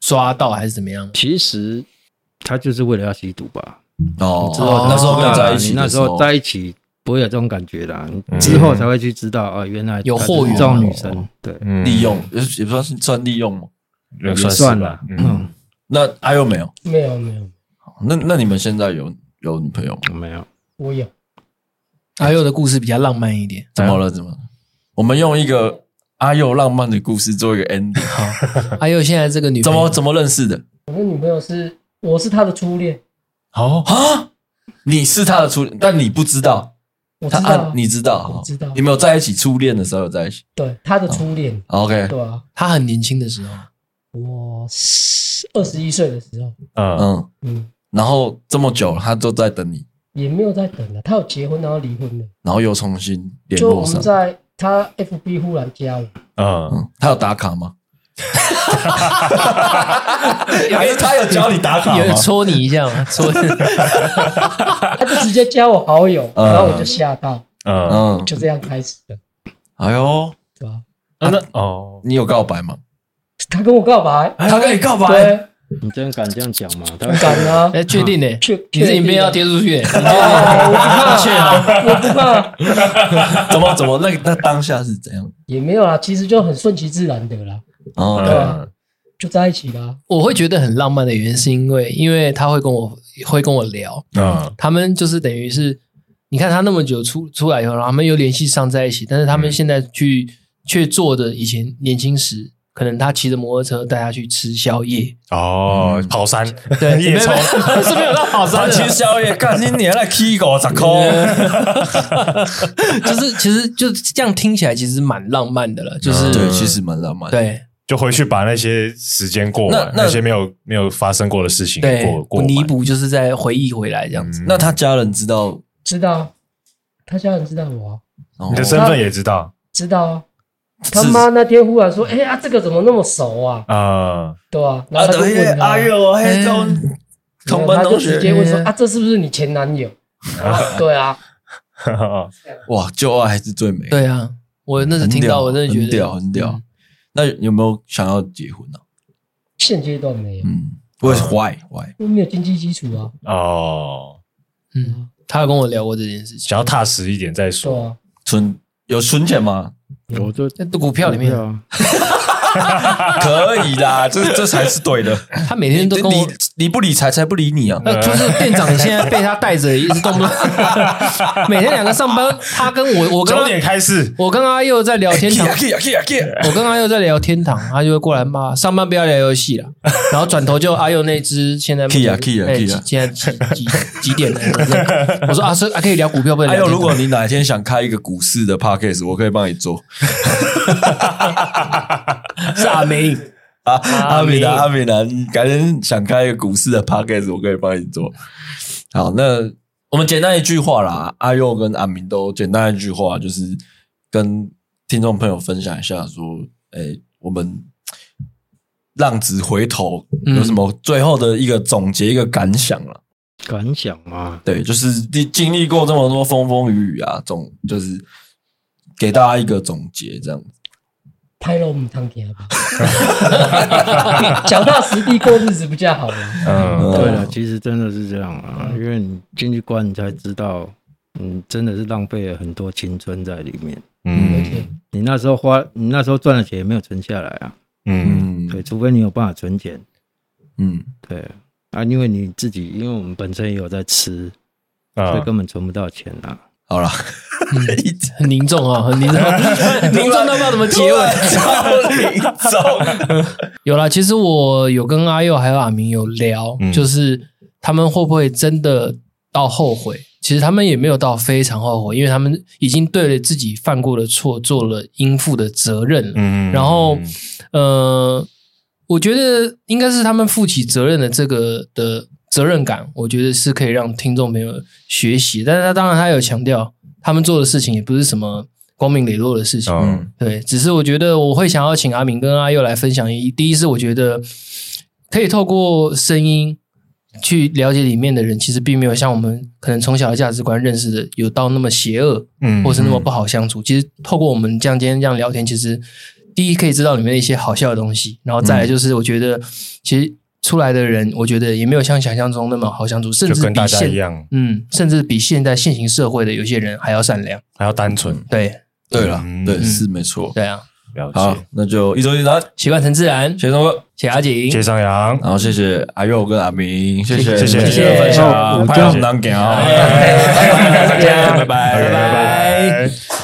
Speaker 3: 抓到还是怎么样？
Speaker 4: 其实他就是为了要吸毒吧。
Speaker 1: 哦，
Speaker 3: 知道
Speaker 1: 那时候跟
Speaker 4: 对
Speaker 1: 你
Speaker 4: 啊
Speaker 1: 在一起
Speaker 4: 你
Speaker 1: 的
Speaker 4: 那
Speaker 1: 时
Speaker 4: 时
Speaker 1: 候
Speaker 4: 候，在一起不会有这种感觉啦，你
Speaker 2: 嗯
Speaker 4: 之后才会去知道哦，原来
Speaker 3: 有
Speaker 4: 她是
Speaker 3: 货源
Speaker 4: 这
Speaker 1: 哦
Speaker 4: 种女生，对，
Speaker 2: 嗯
Speaker 1: 利用也也不算是算利用吗？
Speaker 2: 也
Speaker 4: 也
Speaker 2: 是
Speaker 4: 算
Speaker 2: 吧
Speaker 4: 了，，
Speaker 2: 嗯，
Speaker 4: 嗯，
Speaker 1: 那阿佑没有？
Speaker 5: 没有没有，
Speaker 1: 那那你们现在有有女朋友吗？
Speaker 4: 嗯没有，
Speaker 5: 我有，
Speaker 3: 阿佑的故事比较浪漫一点，
Speaker 1: 怎么了？怎么了？我们用一个阿佑浪漫的故事做一个 ending。
Speaker 3: 阿佑现在这个女
Speaker 1: 怎
Speaker 3: 朋友
Speaker 1: 么怎么认识的？
Speaker 5: 我的女朋友是我是她的初恋，
Speaker 2: 哦，
Speaker 1: 啊？你是他的初恋，但你不知道，
Speaker 5: 我知
Speaker 1: 他
Speaker 5: 道
Speaker 1: 啊
Speaker 5: 啊，
Speaker 1: 你知道，哦
Speaker 5: 我知道
Speaker 1: 你们有在一起初恋的时候有在一起
Speaker 5: 对她的
Speaker 1: 哦
Speaker 5: 初恋，
Speaker 1: ，OK，
Speaker 5: 对啊，
Speaker 3: 她很年轻的时候，
Speaker 5: 我二十一岁的时候，
Speaker 2: 嗯，
Speaker 1: 嗯，
Speaker 5: 嗯，
Speaker 1: 然后这么久他都在等你，
Speaker 5: 也没有在等了，她有结婚然后离婚了，
Speaker 1: 然后又重新联
Speaker 5: 就
Speaker 1: 络
Speaker 5: 我们
Speaker 1: 上，
Speaker 5: 在她 FB 忽然加我，
Speaker 2: 嗯，
Speaker 1: 嗯，他有打卡吗？ [LAUGHS] 还是他有教你打卡
Speaker 3: [LAUGHS] 有
Speaker 1: 吗？
Speaker 3: 戳你一下 [LAUGHS] 嘛，戳你
Speaker 5: 她就直接加我好友，
Speaker 1: 嗯
Speaker 5: 然后我就吓到，
Speaker 2: 嗯，
Speaker 1: [LAUGHS] 嗯，
Speaker 5: 就这样开始的，
Speaker 1: 哎呦，
Speaker 5: 对吧？
Speaker 2: 啊那哦，
Speaker 1: 你有告白吗？
Speaker 5: 她跟我告白，
Speaker 1: 他跟你告白，
Speaker 5: 对，
Speaker 4: 你真的敢这样讲吗？他
Speaker 5: 很敢啊，
Speaker 3: 哎， [LAUGHS] 确定呢？
Speaker 5: 确
Speaker 3: 你是影片要贴出去，
Speaker 5: 啊，我不怕，我不怕，
Speaker 1: 怎么怎么那那当下是怎样？
Speaker 5: 也没有啦，其实就很顺其自然的啦，对
Speaker 1: 哦，
Speaker 2: 嗯
Speaker 5: 啊，就在一起啦，
Speaker 3: 我会觉得很浪漫的原因是因为，因为他会跟我会跟我聊，
Speaker 2: 嗯，
Speaker 3: 他们就是等于是，你看他那么久出出来以后，然后他们又联系上在一起，但是他们
Speaker 2: 嗯
Speaker 3: 现在去、却做的以前年轻时，可能他骑着摩托车带他去吃宵夜，
Speaker 2: 哦，跑山， [LAUGHS]
Speaker 3: 对，
Speaker 2: 夜冲
Speaker 3: 没，没是没有到跑山
Speaker 1: 他
Speaker 3: 的，
Speaker 1: 吃宵夜，干你娘来 K [LAUGHS] 狗咋
Speaker 3: [LAUGHS]
Speaker 1: 抠？
Speaker 3: 哦就是其实就这样听起来其实蛮浪漫的了，就是、
Speaker 2: 嗯
Speaker 1: 对，其实蛮浪漫的。
Speaker 3: 对
Speaker 2: 就回去把那些时间过完，
Speaker 1: 那那
Speaker 2: 那些没有没有发生过的事情
Speaker 3: 对
Speaker 2: 过过完
Speaker 3: 弥补就是在回忆回来这样子，
Speaker 2: 嗯
Speaker 1: 那他家人知道
Speaker 5: 知道，他家人知道我啊。
Speaker 1: 哦
Speaker 2: 你的身份也知道
Speaker 5: 知道啊。
Speaker 1: 是
Speaker 5: 他妈那天忽然说：“哎、呀、这个怎么那么熟啊？
Speaker 2: 啊， [LAUGHS]
Speaker 5: 对吧、然后他就
Speaker 1: 对
Speaker 5: 问他，
Speaker 1: 阿佑，
Speaker 3: 哎
Speaker 1: 嘿，同同
Speaker 5: 然
Speaker 1: 班
Speaker 5: 后他就
Speaker 1: 同
Speaker 5: 直
Speaker 1: 学，
Speaker 5: 接问说：“
Speaker 3: 嗯
Speaker 5: 啊，这是不是你前男友？”啊对啊，
Speaker 1: 哇，旧爱还是最美。，
Speaker 3: 对啊，我那时听到我真的
Speaker 1: 嗯
Speaker 3: 觉
Speaker 1: 很
Speaker 3: 得
Speaker 1: 屌，很
Speaker 5: 嗯
Speaker 1: 屌。那有没有想要结婚呢？
Speaker 5: 现阶段没有，
Speaker 1: 嗯，为 why why？
Speaker 5: 因为没有经济基础啊。
Speaker 2: 哦，
Speaker 3: 嗯，他有跟我聊过这件事情，
Speaker 2: 想要踏实一点再
Speaker 5: 对
Speaker 2: 说，
Speaker 5: 啊，
Speaker 1: 存有存钱吗？
Speaker 4: 我就
Speaker 3: 在股票里面，
Speaker 4: 啊，
Speaker 1: 可以啦，这这才是对的。
Speaker 3: 他每天都跟我
Speaker 1: 理。理不理财才不理你啊！
Speaker 3: 那就是店长现在被他带着，一直动
Speaker 1: [LAUGHS]
Speaker 3: 不动，每天两个上班，他跟我，我跟
Speaker 2: 九
Speaker 3: 他
Speaker 2: 点开始，
Speaker 3: 我跟阿佑在聊
Speaker 1: [LAUGHS]
Speaker 3: 天堂，
Speaker 1: 去啊去啊去啊！
Speaker 3: 我跟阿佑在聊天堂，他就会过来骂上班不要聊游戏了，然后转头就阿佑那只现在目前
Speaker 1: Kia Kia
Speaker 3: 哎
Speaker 1: Kia
Speaker 3: 现在几几几点了？我说啊，是啊，可以聊股票，不能
Speaker 1: 还
Speaker 3: 聊天
Speaker 1: 有，
Speaker 3: 堂。
Speaker 1: 如果你哪天想开一个股市的 podcast，我可以帮你做。
Speaker 3: [LAUGHS] 是阿明，
Speaker 1: 啊，
Speaker 3: 阿
Speaker 1: 阿美
Speaker 3: 明
Speaker 1: 男，阿美男，你改天想开一个股市的 podcast，我可以帮你做。好，那我们简单一句话啦，阿佑跟阿明都简单一句话，就是跟听众朋友分享一下，说，哎、我们浪子回头
Speaker 3: 嗯
Speaker 1: 有什么最后的一个总结，一个感想啦。
Speaker 4: 感想嘛，
Speaker 1: 对，就是经经历过这么多风风雨雨啊，总就是给大家一个总结，这样子。
Speaker 5: 拍了我们汤给吧， [LAUGHS] 脚踏实地过日子比较好啊嘛。
Speaker 2: 嗯，
Speaker 4: 对了，其实真的是这样啊，因为你进去关，你才知道，嗯，真的是浪费了很多青春在里面。
Speaker 2: 嗯
Speaker 4: 你那时候花，你那时候赚的钱也没有存下来啊，
Speaker 2: 嗯
Speaker 1: 嗯
Speaker 4: 对，除非你有办法存钱，
Speaker 1: 嗯，
Speaker 4: 对啊，因为你自己，因为我们本身也有在吃，所以
Speaker 2: 啊，
Speaker 4: 根本存不到钱啊。
Speaker 1: 好了，
Speaker 3: 很凝重啊，很凝重， [LAUGHS] 凝重到不知道怎么结尾。有啦，其实我有跟阿佑还有阿明有聊，
Speaker 2: 嗯
Speaker 3: 就是他们会不会真的到后悔？其实他们也没有到非常后悔，因为他们已经对了自己犯过的错做了应负的责任了。
Speaker 2: 嗯
Speaker 3: 然后呃，我觉得应该是他们负起责任的这个的责任感，我觉得是可以让听众朋友学习。但是他当然他有强调，他们做的事情也不是什么光明磊落的事情，
Speaker 2: 嗯
Speaker 3: 对，只是我觉得我会想要请阿明跟阿佑来分享一，第一是我觉得可以透过声音去了解里面的人，其实并没有像我们可能从小的价值观认识的有到那么邪恶，
Speaker 2: 嗯
Speaker 3: 或是那么不好相处。其实透过我们这样今天这样聊天，其实第一可以知道里面的一些好笑的东西，然后再来就是我觉得其实出来的人，我觉得也没有像想象中那么好相处，甚
Speaker 2: 就
Speaker 3: 至
Speaker 2: 跟大
Speaker 3: 比
Speaker 2: 家一
Speaker 3: 现
Speaker 2: 样，
Speaker 3: 嗯，甚至比现在现行社会的有些人还要善良。
Speaker 2: 还要单纯
Speaker 3: 对
Speaker 1: 对了，
Speaker 2: 嗯
Speaker 1: 对，是没错。
Speaker 3: 对啊，
Speaker 2: 了
Speaker 1: 好
Speaker 2: 解。，
Speaker 1: 那就一周一谈，
Speaker 3: 习惯成自然，
Speaker 1: 谢谢东哥，
Speaker 3: 谢谢阿景，
Speaker 2: 谢上阳，
Speaker 1: 然后谢谢阿佑跟阿明，谢谢
Speaker 2: 谢谢
Speaker 1: 谢谢 [LAUGHS]
Speaker 2: [LAUGHS]
Speaker 1: 分享，拍好难给啊，
Speaker 3: 拜拜
Speaker 1: 拜拜拜
Speaker 2: 拜
Speaker 1: 拜。
Speaker 2: 拜。